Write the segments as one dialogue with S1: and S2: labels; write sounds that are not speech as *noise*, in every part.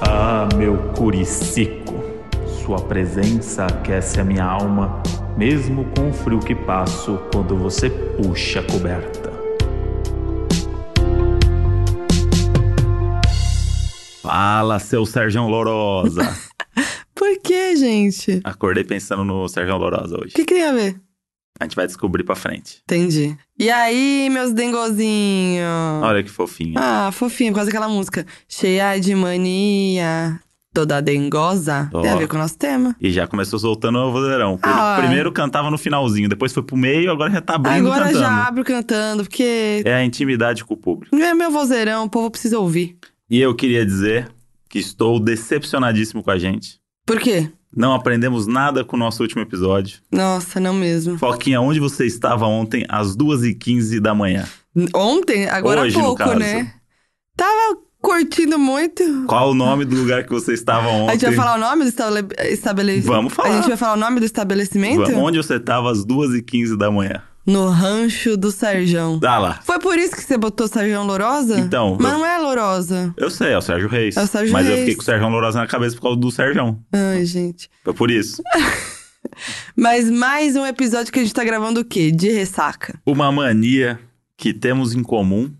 S1: Ah, meu curicico, sua presença aquece a minha alma, mesmo com o frio que passo quando você puxa a coberta. Fala, seu Sérgio
S2: *laughs*
S1: Lorosa.
S2: Por que, gente?
S1: Acordei pensando no Sérgio Lorosa hoje.
S2: O que, que tem a ver?
S1: A gente vai descobrir pra frente.
S2: Entendi. E aí, meus dengozinhos?
S1: Olha que fofinho.
S2: Ah, fofinho, por causa daquela música. Cheia de mania, toda dengosa.
S1: Ó.
S2: Tem a ver com o nosso tema.
S1: E já começou soltando o vozeirão. Pri-
S2: Ah, é.
S1: Primeiro cantava no finalzinho, depois foi pro meio, agora já tá abrindo
S2: Agora
S1: cantando.
S2: já abro cantando, porque
S1: É a intimidade com o público.
S2: não é meu vozeirão, o povo precisa ouvir.
S1: E eu queria dizer que estou decepcionadíssimo com a gente.
S2: Por quê?
S1: Não aprendemos nada com o nosso último episódio.
S2: Nossa, não mesmo.
S1: Foquinha, onde você estava ontem às 2h15 da manhã?
S2: Ontem, agora
S1: Hoje,
S2: há
S1: no
S2: pouco,
S1: caso.
S2: né? Tava curtindo muito.
S1: Qual o nome do lugar que você estava ontem?
S2: A gente vai falar o nome do estabelecimento?
S1: Vamos falar.
S2: A gente vai falar o nome do estabelecimento?
S1: Vamos, Onde você estava às 2h15 da manhã?
S2: No Rancho do Sarjão.
S1: Dá lá.
S2: Foi por isso que você botou Sarjão Lourosa?
S1: Então,
S2: Mas
S1: eu-
S2: não é Lourosa.
S1: Eu sei, é o Sérgio Reis.
S2: É o Sérgio
S1: Mas eu
S2: Reis.
S1: fiquei com o Sérgio Lourosa na cabeça por causa do Sérgio.
S2: Ai, gente.
S1: Foi por isso.
S2: Mas mais um episódio que a gente tá gravando o quê? De ressaca.
S1: Uma mania que temos em comum,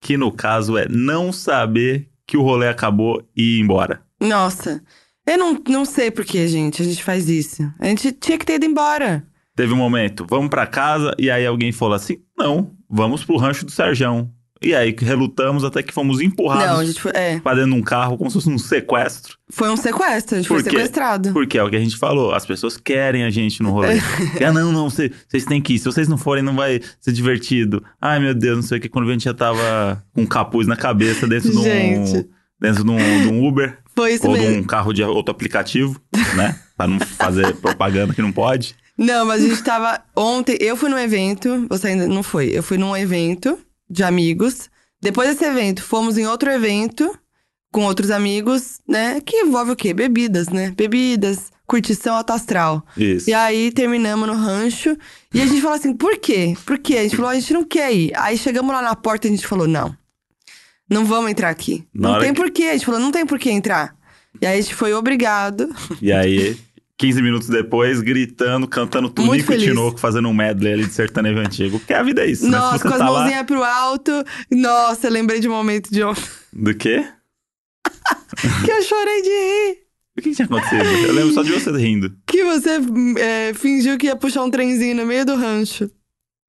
S1: que no caso é não saber que o rolê acabou e ir embora.
S2: Nossa. Eu não, não sei por que, gente, a gente faz isso. A gente tinha que ter ido embora.
S1: Teve um momento, vamos pra casa, e aí alguém falou assim: não, vamos pro rancho do Serjão. E aí relutamos até que fomos
S2: Não, a
S1: empurrados
S2: gente foi. É,
S1: pra dentro de um carro como se fosse um sequestro.
S2: foi um sequestro, a gente
S1: Por
S2: foi
S1: quê?
S2: sequestrado.
S1: Porque é o que a gente falou, as pessoas querem a gente no
S2: *laughs*
S1: rolê. ah, não, não, cê- vocês têm que ir. Se vocês não forem, não vai ser divertido. Ai, meu Deus, não sei o que. Quando a gente já tava com um capuz na cabeça dentro de um,
S2: Gente.
S1: dentro de um, de um Uber
S2: Foi *laughs* isso
S1: ou de
S2: mesmo.
S1: um carro de outro aplicativo, né? Pra não fazer propaganda que não
S2: *laughs*
S1: pode.
S2: Não, mas a gente tava. Ontem, eu fui num evento, você ainda não foi. Eu fui num evento de amigos. Depois desse evento, fomos em outro evento com outros amigos, né? Que envolve o quê? Bebidas, né? Bebidas, curtição alto astral.
S1: Isso.
S2: E aí terminamos no rancho. E a gente falou assim: por quê? Por quê? A gente falou: a gente não quer ir. Aí chegamos lá na porta e a gente falou: não. Não vamos entrar aqui.
S1: Na
S2: não
S1: hora
S2: tem
S1: que-
S2: porquê. A gente falou: não tem porquê entrar. E aí a gente foi obrigado.
S1: E aí, 15 minutos depois, gritando, cantando
S2: Muito
S1: Tunico e
S2: feliz.
S1: Tinoco, fazendo um medley ali de sertanejo antigo. Porque a vida é isso, né? Se
S2: Nossa,
S1: você
S2: com as
S1: tá lá-
S2: mãozinhas pro alto. Nossa, lembrei de um momento de ontem *laughs*
S1: Do quê?
S2: que eu chorei de rir.
S1: O que que tinha acontecido? Eu lembro só de você rindo.
S2: Que você é, fingiu que ia puxar um trenzinho no meio do rancho.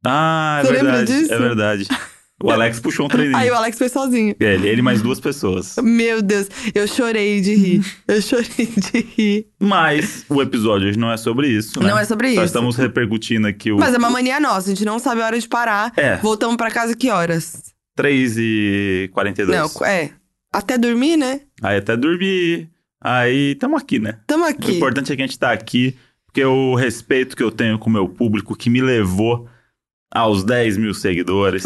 S1: Ah, é
S2: Você lembra
S1: verdade.
S2: disso?
S1: É verdade. O Alex puxou um
S2: Aí o
S1: treininho.
S2: Alex foi sozinho.
S1: Ele, ele mais duas pessoas.
S2: Meu Deus, eu chorei
S1: *laughs*
S2: de rir. Eu chorei de rir.
S1: Mas o episódio hoje não é sobre isso, né?
S2: Não é sobre
S1: Só
S2: isso.
S1: estamos repercutindo aqui o
S2: Mas é uma mania nossa, a gente não sabe a hora de parar.
S1: É.
S2: Voltamos pra casa que horas?
S1: 3 e 42.
S2: Não, é. Até dormir, né?
S1: Aí até dormir. Aí tamo aqui, né?
S2: Tamo
S1: O
S2: aqui.
S1: importante é que a gente tá aqui, porque o respeito que eu tenho com o meu público, que me levou aos 10 mil seguidores.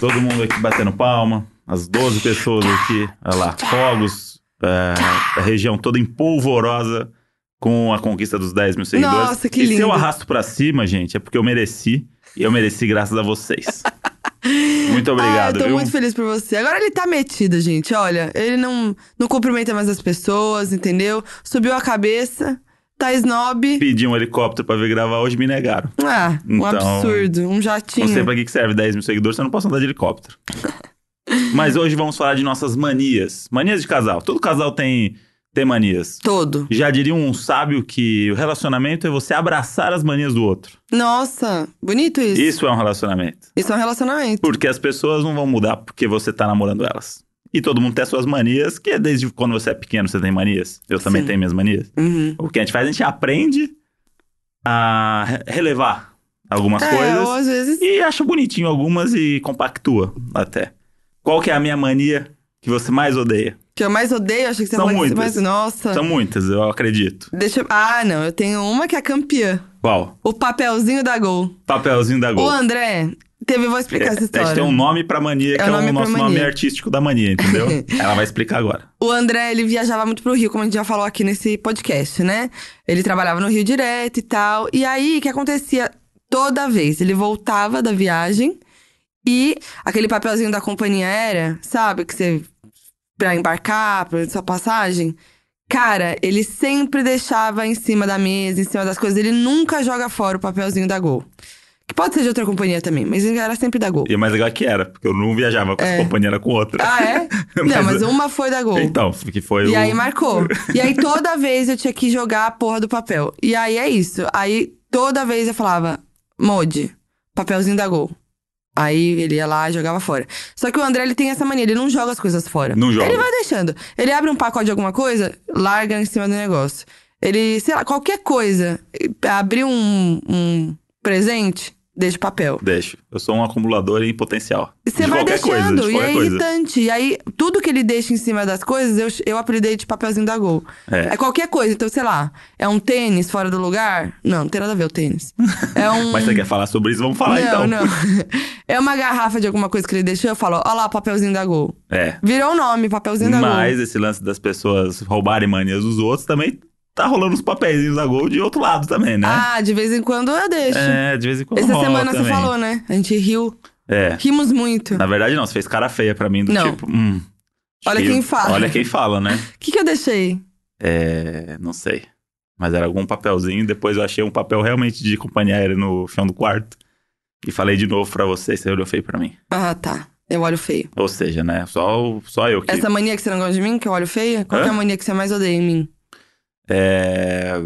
S1: Todo mundo aqui batendo palma, as 12 pessoas aqui, olha lá, fogos, é, a região toda empolvorosa com a conquista dos 10 mil seguidores.
S2: Nossa, que
S1: E se eu
S2: lindo.
S1: arrasto pra cima, gente, é porque eu mereci, e eu mereci graças a vocês.
S2: *laughs*
S1: Muito
S2: ah,
S1: obrigado,
S2: eu tô
S1: viu?
S2: muito feliz por você. Agora ele tá metido, gente. Olha, ele não, não cumprimenta mais as pessoas, entendeu? Subiu a cabeça, tá snob.
S1: Pedi um helicóptero pra vir gravar hoje, me negaram.
S2: Ah, um
S1: Então,
S2: absurdo, um jatinho.
S1: Não sei pra que que serve 10 mil seguidores, você não pode andar de
S2: *laughs*
S1: helicóptero. Mas hoje vamos falar de nossas manias. Manias de casal. Todo casal tem, tem manias.
S2: Todo.
S1: Já diria um sábio que o relacionamento é você abraçar as manias do outro.
S2: Nossa, bonito isso. Isso,
S1: Isso é um relacionamento.
S2: é um relacionamento.
S1: Porque as pessoas não vão mudar porque você tá namorando elas. E todo mundo tem as suas manias, que é desde quando você é pequeno você tem manias. Eu também
S2: Sim.
S1: tenho minhas manias.
S2: Uhum.
S1: O que a gente faz, a gente aprende a re- relevar algumas
S2: é,
S1: coisas.
S2: ou às vezes.
S1: E acha bonitinho algumas e compactua até. Qual que é a minha mania que você mais odeia?
S2: Que eu mais odeio, achei que você
S1: São
S2: falou que-
S1: muitas.
S2: Mas, nossa.
S1: São muitas, eu acredito.
S2: Deixa eu... Ah, não, eu tenho uma que é campeã.
S1: Qual?
S2: O papelzinho da Gol.
S1: Papelzinho da
S2: O
S1: Gol.
S2: André, teve, vou explicar essa
S1: A gente
S2: história.
S1: tem um nome pra mania, que
S2: É
S1: é,
S2: o
S1: o
S2: nome pra
S1: nosso nome
S2: mania.
S1: artístico da mania,
S2: *laughs*
S1: entendeu? Ela vai explicar agora.
S2: O André, ele viajava muito pro Rio, como a gente já falou aqui nesse podcast, né? Ele trabalhava no Rio direto e tal. E aí, o que acontecia toda vez? Ele voltava da viagem e aquele papelzinho da companhia aérea, sabe? Que você pra embarcar, pra sua passagem. Cara, ele sempre deixava em cima da mesa, em cima das coisas. Ele nunca joga fora o papelzinho da Gol. Que pode ser de outra companhia também, mas ele era sempre da Gol.
S1: E o mais legal é que era, porque eu não viajava com essa
S2: É.
S1: companhia, era com outra.
S2: Ah, é?
S1: *laughs*
S2: Não, *laughs* mas uma foi da Gol.
S1: Então, que foi
S2: E
S1: o...
S2: aí marcou. E aí
S1: *laughs*
S2: toda vez eu tinha que jogar a porra do papel. E aí é isso. Aí toda vez eu falava, Mode, papelzinho da Gol. Aí ele ia lá e jogava fora. Só que o André, ele tem essa mania, ele não joga as coisas fora.
S1: Não joga.
S2: Ele vai deixando. Ele abre um pacote de alguma coisa, larga em cima do negócio. Ele, sei lá, qualquer coisa. Abrir um, um presente, deixa o papel.
S1: Deixo. Eu sou um acumulador em potencial.
S2: Você
S1: de
S2: vai
S1: qualquer
S2: deixando,
S1: coisa, de
S2: e
S1: qualquer
S2: é
S1: coisa.
S2: irritante. E aí, tudo que ele deixa em cima das coisas, eu, eu apelidei de papelzinho da Gol.
S1: É.
S2: É qualquer coisa, então, sei lá, é um tênis fora do lugar? Não, não tem nada a ver o tênis.
S1: *laughs*
S2: É um.
S1: Mas você quer falar sobre isso? Vamos falar
S2: não,
S1: então.
S2: não. *laughs* É uma garrafa de alguma coisa que ele deixou, eu falo, ó lá, papelzinho da Gol.
S1: É.
S2: Virou o nome, papelzinho da
S1: Mas
S2: Gol.
S1: esse lance das pessoas roubarem manias dos outros também tá rolando uns papeizinhos da Gol de outro lado também, né?
S2: Ah, de vez em quando eu deixo.
S1: é, de vez em quando
S2: Essa
S1: rola
S2: semana
S1: também.
S2: você falou, né? A gente riu,
S1: É.
S2: rimos muito.
S1: Na verdade, não, você fez cara feia pra mim, do
S2: Não.
S1: tipo. hum,
S2: Olha
S1: cheio-
S2: quem fala.
S1: Olha quem fala, né? *laughs*
S2: O que, que eu deixei?
S1: É, não sei. Mas era algum papelzinho. Depois eu achei um papel realmente de companhia aérea no chão do quarto. E falei de novo pra você, você olhou feio pra mim.
S2: Ah, tá. Eu olho feio.
S1: Ou seja, né? Só, o- só eu que.
S2: Essa mania que você não gosta de mim, que eu olho feia? Qual
S1: Hã?
S2: que é a mania que você mais odeia em mim?
S1: É...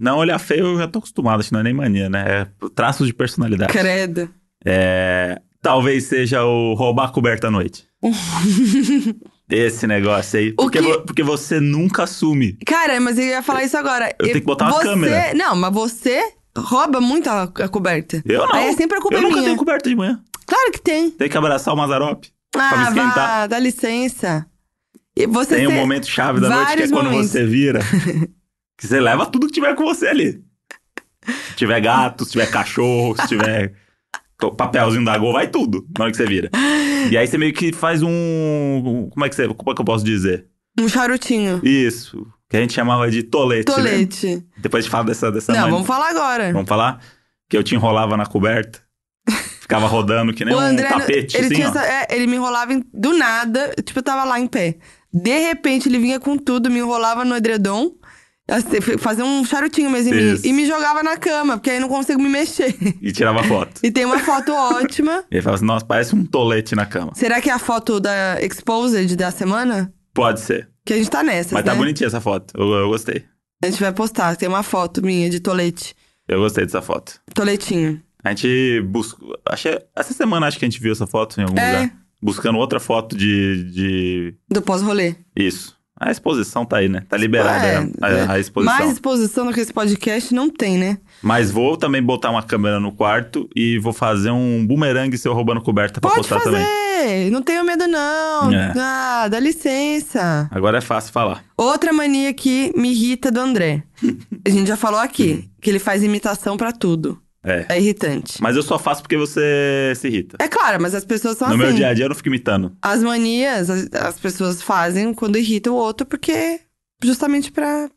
S1: Não, olhar feio eu já tô acostumado, acho que não é nem mania, né? É traços de personalidade.
S2: Credo.
S1: É, Talvez seja o roubar a coberta à
S2: *laughs*
S1: noite. Esse negócio aí. Porque,
S2: que-
S1: vo- porque você nunca assume.
S2: Cara, mas eu ia falar isso agora.
S1: Eu tenho que botar uma
S2: você...
S1: câmera.
S2: Não, mas você rouba muito a, a coberta.
S1: Eu não.
S2: Aí é sempre a culpa
S1: eu
S2: é
S1: nunca
S2: minha.
S1: tenho coberta de manhã.
S2: Claro que tem.
S1: Tem que abraçar o Mazarope. me
S2: Ah,
S1: esquentar.
S2: vá, dá licença. E você
S1: Tem um
S2: ser-
S1: momento chave da noite que é
S2: vários
S1: quando
S2: momentos.
S1: você
S2: *laughs*
S1: vira. que você leva tudo que tiver com você ali. Se tiver gato, se tiver cachorro, se tiver to- papelzinho da Gol, vai tudo na hora que você vira. E aí você meio que faz um. Como é que você. Como é que eu posso dizer?
S2: um charutinho.
S1: Isso. Que a gente chamava de tolete. né?
S2: Tolete.
S1: Depois a gente fala dessa, dessa
S2: Não,
S1: mania.
S2: vamos falar agora.
S1: Vamos falar? Que eu te enrolava na coberta. Ficava rodando que nem
S2: *laughs* o
S1: um
S2: André,
S1: tapete,
S2: ele,
S1: assim,
S2: tinha
S1: ó.
S2: essa- é, ele me enrolava em- do nada, tipo, eu tava lá em pé. De repente, ele vinha com tudo, me enrolava no edredom, assim, f- fazia um charutinho mesmo em mim,
S1: Isso.
S2: e me jogava na cama, porque aí eu não consigo me mexer. *laughs*
S1: E tirava foto.
S2: E tem uma foto ótima.
S1: E ele falava assim, nossa, parece um tolete na cama.
S2: Será que é a foto da Exposed da semana?
S1: Pode ser.
S2: Que a gente tá nessa,
S1: Mas tá
S2: né?
S1: bonitinha essa foto. Eu, eu gostei.
S2: A gente vai postar, tem uma foto minha de tolete.
S1: Eu gostei dessa foto.
S2: Toletinho.
S1: A gente buscou. Achei, essa semana acho que a gente viu essa foto em algum
S2: É.
S1: lugar. Buscando outra foto de. de...
S2: Do pós-rolê.
S1: Isso. A exposição tá aí, né? Tá liberada
S2: É,
S1: a- a, a exposição.
S2: Mais exposição do que esse podcast não tem, né?
S1: Mas vou também botar uma câmera no quarto e vou fazer um bumerangue seu roubando coberta pra
S2: Pode
S1: postar
S2: fazer!
S1: também.
S2: Não tenho medo, não.
S1: É.
S2: Ah, dá licença.
S1: Agora é fácil falar.
S2: Outra mania que me irrita do André.
S1: *laughs*
S2: A gente já falou aqui, que ele faz imitação pra tudo.
S1: É.
S2: É irritante.
S1: Mas eu só faço porque você se irrita.
S2: É claro, mas as pessoas são
S1: no
S2: assim.
S1: meu dia a dia eu não fico imitando.
S2: As manias as, as pessoas fazem quando irrita o outro, porque justamente pra,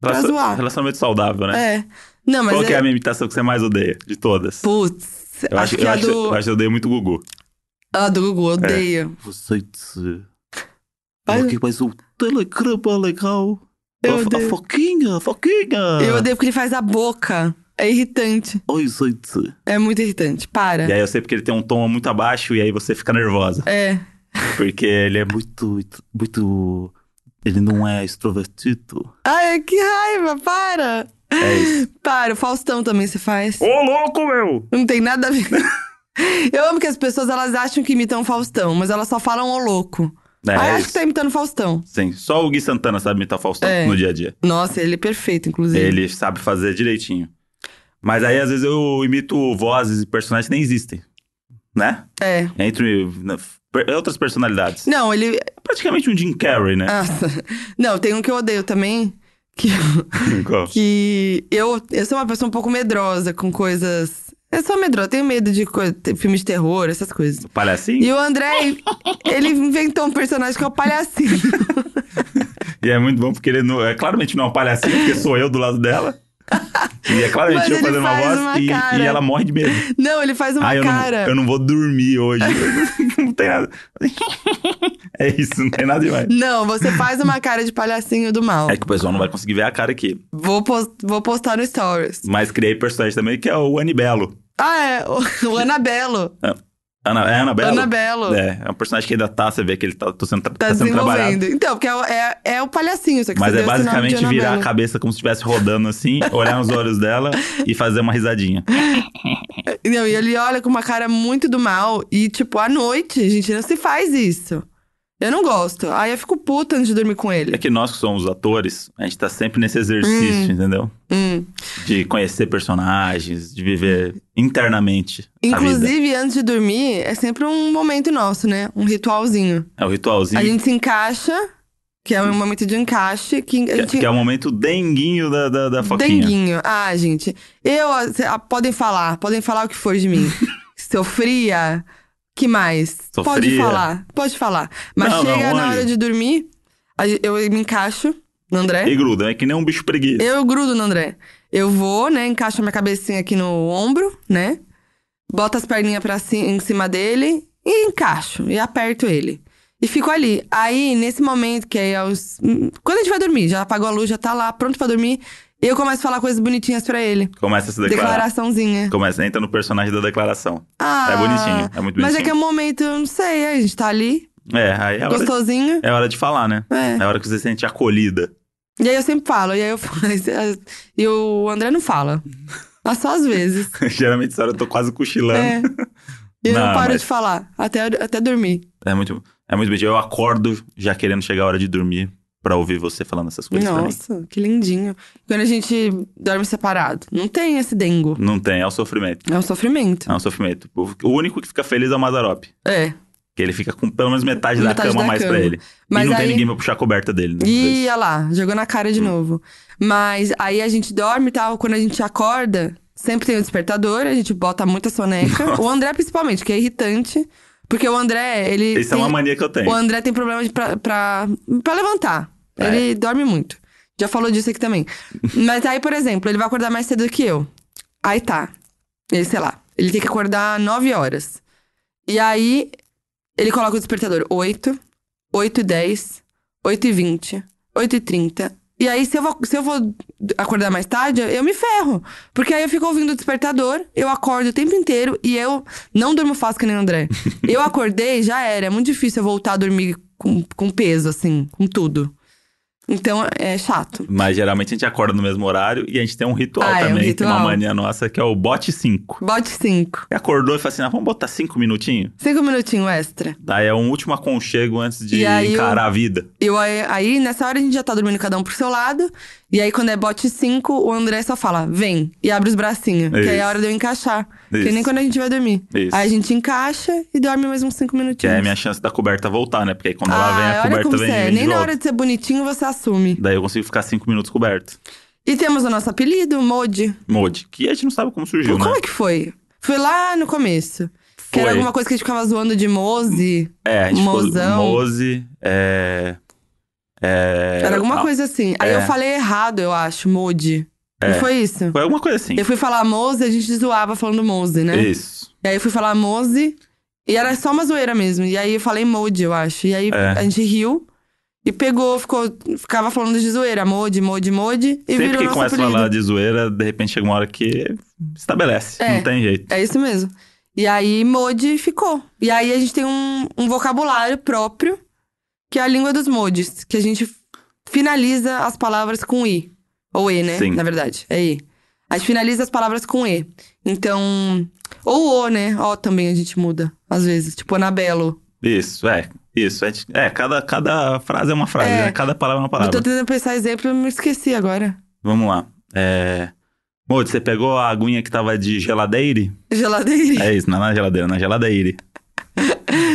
S2: pra
S1: Relacion-
S2: zoar.
S1: Relacionamento saudável, né?
S2: É. Não, mas.
S1: Qual que é
S2: é-
S1: a minha imitação que você mais odeia de todas?
S2: Putz,
S1: eu acho,
S2: acho que
S1: eu,
S2: a
S1: acho, eu
S2: do.
S1: acho que eu odeio muito o Gugu.
S2: A do Gugu,
S1: É.
S2: odeio.
S1: Você disse.
S2: Vai- porque
S1: mas o telegrama legal.
S2: Eu A- a odeio.
S1: foquinha, a foquinha.
S2: Eu odeio porque ele faz a boca. É irritante.
S1: Oi, gente.
S2: É muito irritante. Para.
S1: E aí eu sei porque ele tem um tom muito abaixo e aí você fica nervosa.
S2: É.
S1: Porque ele é muito, muito... Ele não é extrovertido.
S2: Ai, que raiva, para!
S1: É isso.
S2: *laughs* Para, o Faustão também se faz.
S1: Ô, louco, meu!
S2: Não tem nada a ver. *laughs* Eu amo que as pessoas elas acham que imitam o Faustão, mas elas só falam o louco.
S1: É,
S2: Ai,
S1: é
S2: acho
S1: isso.
S2: que tá imitando o Faustão.
S1: Sim, só o Gui Santana sabe imitar o Faustão
S2: É.
S1: no dia a dia.
S2: Nossa, ele é perfeito, inclusive.
S1: Ele sabe fazer direitinho. Mas aí, às vezes, eu imito vozes e personagens que nem existem, né?
S2: É.
S1: Entre né, per- outras personalidades.
S2: Não, ele. *laughs*
S1: Praticamente um Jim Carrey, né? *laughs*
S2: Nossa. Não, tem um que eu odeio também. Que,
S1: Qual?
S2: que eu, eu sou uma pessoa um pouco medrosa com coisas. Eu sou medrosa, tenho medo de coisa, filme de terror, essas coisas.
S1: Palhacinho?
S2: E o André, ele inventou um personagem que é o palhacinho.
S1: *laughs* E é muito bom porque ele não, é claramente não é um palhacinho, porque sou eu do lado dela. E é
S2: Mas
S1: claramente eu
S2: ele
S1: fazendo uma
S2: faz
S1: voz
S2: uma
S1: e,
S2: cara.
S1: e ela morre de medo.
S2: Não, ele faz uma
S1: ah, eu
S2: cara.
S1: não, eu não vou dormir hoje. *laughs* não tem nada. *laughs* é isso, não tem nada demais.
S2: Não, você faz uma cara de palhacinho do mal.
S1: É que o pessoal não vai conseguir ver a cara aqui.
S2: Vou, pos- vou postar no Stories.
S1: Mas criei personagem também que é o Anibelo.
S2: Ah, é. O, o Anabelo.
S1: Ana, é Anabelo?
S2: Anabelo.
S1: É, é um personagem que ainda tá, você vê que ele tá, tô sendo, tra-
S2: Tá
S1: tá sendo trabalhado.
S2: desenvolvendo. Então, porque é, o- é, é o palhacinho, só que
S1: Mas
S2: você
S1: é
S2: deu esse nome de
S1: basicamente virar a
S2: Anabelo.
S1: cabeça como se estivesse rodando
S2: *laughs*
S1: assim, olhar nos olhos dela e fazer uma risadinha.
S2: Não, e ele olha com uma cara muito do mal. E, tipo, à noite, gente, não se faz isso. Eu não gosto. Aí eu fico puta antes de dormir com
S1: É
S2: ele.
S1: que nós que somos atores, a gente tá sempre nesse exercício, entendeu?
S2: Hum.
S1: De conhecer personagens, de viver internamente a vida.
S2: Inclusive, antes de dormir, é sempre um momento nosso, né? Um ritualzinho.
S1: É o ritualzinho,
S2: A gente se encaixa, que é um momento de encaixe, que a
S1: que,
S2: gente.
S1: que é o momento denguinho da, da, da foquinha.
S2: Denguinho. Ah, gente. Eu. ó, cê- ah, podem falar, podem falar o que for
S1: *laughs*
S2: de mim. Sou fria. Que mais?
S1: Sou
S2: pode
S1: fria.
S2: falar, pode falar. Mas
S1: Não, não,
S2: chega na
S1: anjo.
S2: hora de dormir, a gen- eu me encaixo no André.
S1: E gruda, é que nem um bicho preguiça.
S2: Eu grudo no André. Eu vou, né? Encaixo a minha cabecinha aqui no ombro, né? Boto as perninhas pra ci- em cima dele e encaixo. E aperto ele. E fico ali. Aí, nesse momento, que aí é os. hum, Quando a gente vai dormir, já apagou a luz, já tá lá, pronto pra dormir. Eu começo a falar coisas bonitinhas pra ele.
S1: Começa a se declarar.
S2: Declaraçãozinha.
S1: Começa, entra no personagem da declaração.
S2: Ah,
S1: É bonitinho, é muito
S2: Mas é
S1: bonitinho.
S2: que é um momento, eu não sei, a gente tá ali,
S1: É, aí é hora, de,
S2: gostosinho.
S1: é hora de falar, né?
S2: É.
S1: É a hora que você se sente acolhida. *laughs*
S2: E aí eu sempre falo, e aí eu *laughs* falo. E o André não fala. Mas só às vezes.
S1: Geralmente essa hora eu tô quase cochilando. *laughs*
S2: É. E eu
S1: Não,
S2: não paro
S1: mas-
S2: de falar, até, até dormir.
S1: É muito, é muito bonitinho. Eu acordo já querendo chegar a hora de dormir pra ouvir você falando essas coisas pra mim.
S2: Nossa, que lindinho. Quando a gente dorme separado, não tem esse dengo.
S1: Não tem, é o sofrimento.
S2: É um sofrimento.
S1: É um sofrimento. O o único que fica feliz é o Mazarop.
S2: É.
S1: Que ele fica com pelo menos metade, da
S2: Metade
S1: cama a
S2: da
S1: mais
S2: cama.
S1: pra ele.
S2: Mas
S1: e não
S2: aí-
S1: tem ninguém pra Hum. puxar a coberta dele. Né?
S2: Ih, olha lá, jogou na cara de novo. Mas aí a gente dorme e tal, quando a gente acorda, sempre tem o despertador, a gente bota
S1: *laughs*
S2: muita soneca. O André, principalmente, que é irritante. Porque o André, ele.
S1: Isso é
S2: tem-
S1: uma mania que eu tenho.
S2: O André tem problema de pra, pra, pra levantar.
S1: É.
S2: Ele dorme muito. Já falou disso aqui também. Mas aí, por exemplo, ele vai acordar mais cedo que eu. Aí tá. Ele, sei lá, ele tem que acordar 9 horas. E aí, ele coloca o despertador 8, 8 e 10, 8 e 20, 8 e 30. E aí, se eu, vou, se eu vou acordar mais tarde, eu me ferro. Porque aí eu fico ouvindo o despertador, eu acordo o tempo inteiro e eu não durmo fácil que nem o André. eu acordei, já era. É muito difícil eu voltar a dormir com, com peso, assim, com tudo. Então, é chato.
S1: Mas geralmente a gente acorda no mesmo horário e a gente tem um ritual
S2: Ah, é um
S1: também.
S2: ritual.
S1: Uma mania nossa que é o bote 5.
S2: Bote 5.
S1: Acordou e fala assim: ah, vamos botar cinco minutinhos?
S2: 5 minutinhos extra.
S1: Daí é um último aconchego antes de
S2: E aí
S1: encarar a vida.
S2: Eu, aí, aí, nessa hora, a gente já tá dormindo cada um pro seu lado. E aí, quando é bote 5, o André só fala, vem, e abre os bracinhos. Que aí é
S1: Isso.
S2: a hora de eu encaixar. Que
S1: Isso.
S2: nem quando a gente vai dormir.
S1: Isso.
S2: Aí a gente encaixa e dorme mais uns 5 minutinhos.
S1: Que é a minha chance da coberta voltar, né? Porque aí quando ela
S2: ah,
S1: vem, a
S2: olha
S1: coberta
S2: como
S1: vem,
S2: você é.
S1: vem
S2: Nem
S1: de
S2: na
S1: volta.
S2: hora de ser bonitinho, você assume.
S1: Daí eu consigo ficar cinco minutos coberto.
S2: E temos o nosso apelido, Modi.
S1: Mode. Que a gente não sabe como surgiu,
S2: Como
S1: né?
S2: é que foi? Foi lá no começo. Que
S1: Foi.
S2: era alguma coisa que a gente ficava zoando de Mose.
S1: É, a gente ficou-
S2: Mozão.
S1: Mose. É. é-
S2: era alguma
S1: ah,
S2: coisa assim. Aí eu
S1: É.
S2: falei errado, eu acho, Modi.
S1: É.
S2: Não foi isso?
S1: Foi alguma coisa assim.
S2: Eu fui falar Mose, a gente zoava falando Mose, né?
S1: Isso.
S2: E aí eu fui falar Mose, e era só uma zoeira mesmo. E aí eu falei Modi, eu acho. E aí
S1: É.
S2: a gente riu e pegou, ficou, ficava falando de zoeira, Modi, Modi, Modi, e
S1: Sempre
S2: virou
S1: que
S2: nosso
S1: começa a
S2: apelido.
S1: falar de zoeira, de repente chega uma hora que estabelece.
S2: É.
S1: Não tem jeito.
S2: É isso mesmo. E aí Modi ficou. E aí a gente tem um, um vocabulário próprio, que é a língua dos Modis, que a gente finaliza as palavras com I. Ou E, né?
S1: Sim.
S2: Na verdade, é I. A gente finaliza as palavras com E. Então. Ou O, né? O também a gente muda, às vezes. Tipo, Anabelo.
S1: Isso, é. Isso. A gente- É, cada, cada frase é uma frase,
S2: É.
S1: né? Cada palavra é uma
S2: Eu
S1: palavra.
S2: tô tentando pensar exemplo, eu me esqueci agora.
S1: Vamos lá. É. Mode, você pegou a aguinha que tava de geladeire?
S2: Geladeira.
S1: É isso, não é na geladeira, na
S2: *laughs*
S1: geladeire. É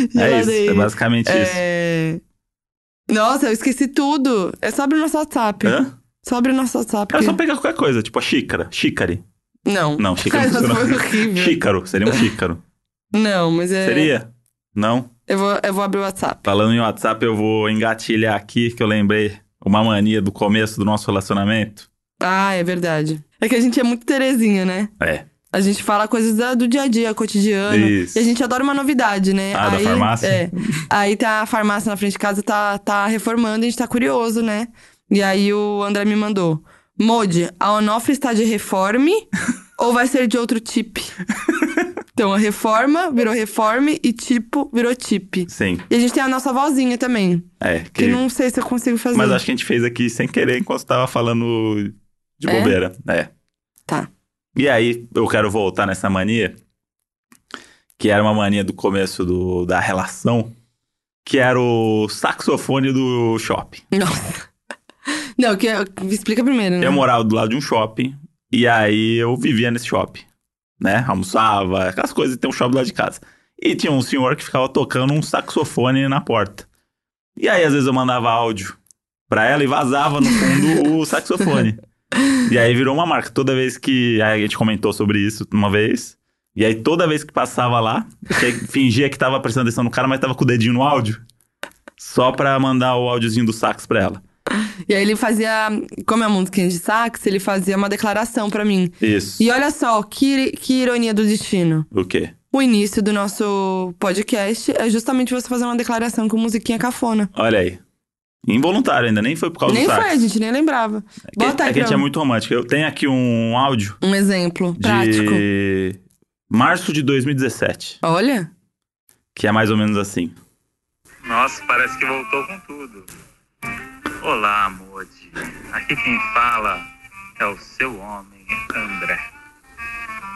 S1: isso, é
S2: Geladeira.
S1: basicamente isso.
S2: É... Nossa, eu esqueci tudo. É só abrir o nosso WhatsApp.
S1: Hã?
S2: Só abrir o nosso WhatsApp.
S1: Era
S2: que-
S1: só pegar qualquer coisa, tipo a xícara, xícare.
S2: Não.
S1: Não, xícara não
S2: Nossa,
S1: funciona.
S2: foi horrível.
S1: Xícaro, seria um
S2: É.
S1: xícaro.
S2: Não, mas é...
S1: Seria? Não.
S2: Eu vou, eu vou abrir o WhatsApp.
S1: Falando em WhatsApp, eu vou engatilhar aqui, que eu lembrei uma mania do começo do nosso relacionamento.
S2: Ah, é verdade. É que a gente é muito Terezinha, né?
S1: É.
S2: A gente fala coisas da- do dia a dia, cotidiano.
S1: Isso.
S2: E a gente adora uma novidade, né?
S1: Ah, da farmácia?
S2: É. Aí tá a farmácia na frente de casa, tá, tá reformando, e a gente tá curioso, né? E aí o André me mandou. Mode, a Onofre está de
S1: *laughs*
S2: reforme ou vai ser de outro tipo? então, a reforma virou reforme e tipo virou tipo.
S1: Sim,
S2: E a gente tem a nossa vozinha também,
S1: é.
S2: que,
S1: Que...
S2: não sei se eu consigo fazer.
S1: Mas acho que a gente fez aqui sem querer enquanto tava falando de
S2: É?
S1: bobeira. É.
S2: Tá.
S1: E aí, eu quero voltar nessa mania, que era uma mania do começo do, da relação, que era o saxofone do shopping.
S2: Nossa. Não, que, explica primeiro, né?
S1: Eu morava do lado de um shopping, e aí eu vivia nesse shopping, né? Almoçava, aquelas coisas, tem um shopping lá de casa. E tinha um senhor que ficava tocando um saxofone na porta. E aí, às vezes, eu mandava áudio pra ela e vazava no fundo o saxofone. E aí virou uma marca. Toda vez que. Aí a gente comentou sobre isso uma vez. E aí, toda vez que passava lá, que aí fingia que tava prestando atenção no cara, mas tava com o dedinho no áudio. Só pra mandar o áudiozinho do sax pra ela.
S2: E aí ele fazia, como é a musiquinha de sax, ele fazia uma declaração pra mim.
S1: Isso.
S2: E olha só, que, que ironia do destino.
S1: O quê?
S2: O início do nosso podcast é justamente você fazer uma declaração com musiquinha cafona.
S1: Olha aí. Involuntário ainda, nem foi por causa
S2: nem
S1: do
S2: foi,
S1: sax.
S2: a gente nem lembrava.
S1: É que-
S2: Bota
S1: é
S2: aí
S1: que a
S2: pra...
S1: gente é muito romântico. Eu tenho aqui um áudio
S2: um exemplo prático.
S1: de março de 2017,
S2: Olha,
S1: que é mais ou menos assim.
S3: Nossa, parece que voltou com tudo. Olá, Modi. Aqui quem fala é o seu homem, André.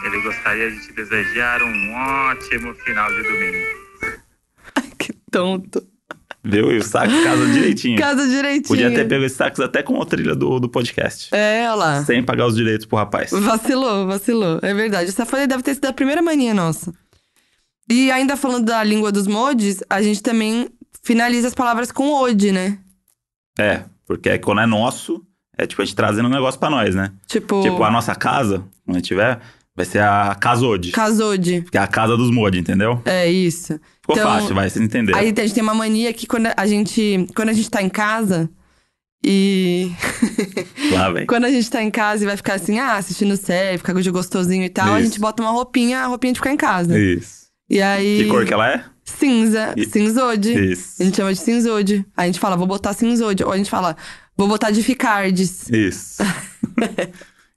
S3: Ele gostaria de te desejar um ótimo final de domingo.
S2: que tonto.
S1: Viu? E o sax casa direitinho.
S2: *laughs* Casa direitinho.
S1: Podia ter pego esse sax até com a trilha do, do podcast.
S2: É, olha lá.
S1: Sem pagar os direitos pro rapaz.
S2: Vacilou, vacilou. É verdade. Essa foi, deve ter sido a primeira mania nossa. E ainda falando da língua dos modes, a gente também finaliza as palavras com ode, né?
S1: É, porque aí quando é nosso, é tipo a gente trazendo um negócio pra nós, né?
S2: Tipo,
S1: Tipo, a nossa casa, quando a gente tiver, vai ser a Casode.
S2: casode.
S1: Que é a casa dos mod, entendeu?
S2: É isso.
S1: Ficou
S2: Então,
S1: fácil, vai, vocês entenderam.
S2: Aí a gente tem uma mania que quando a gente, quando a gente tá em casa e
S1: Lá, velho.
S2: quando a gente tá em casa e vai ficar assim, ah, assistindo série, ficar com o dia gostosinho e tal, a
S1: Isso.
S2: gente bota uma roupinha, a roupinha de ficar em casa.
S1: Isso.
S2: E aí
S1: Que cor que ela é?
S2: cinza,
S1: E-
S2: cinzode.
S1: Isso.
S2: A gente chama de cinzode. Aí a gente fala, vou botar cinzode. Ou a gente fala, vou botar de ficardes.
S1: Isso. *laughs*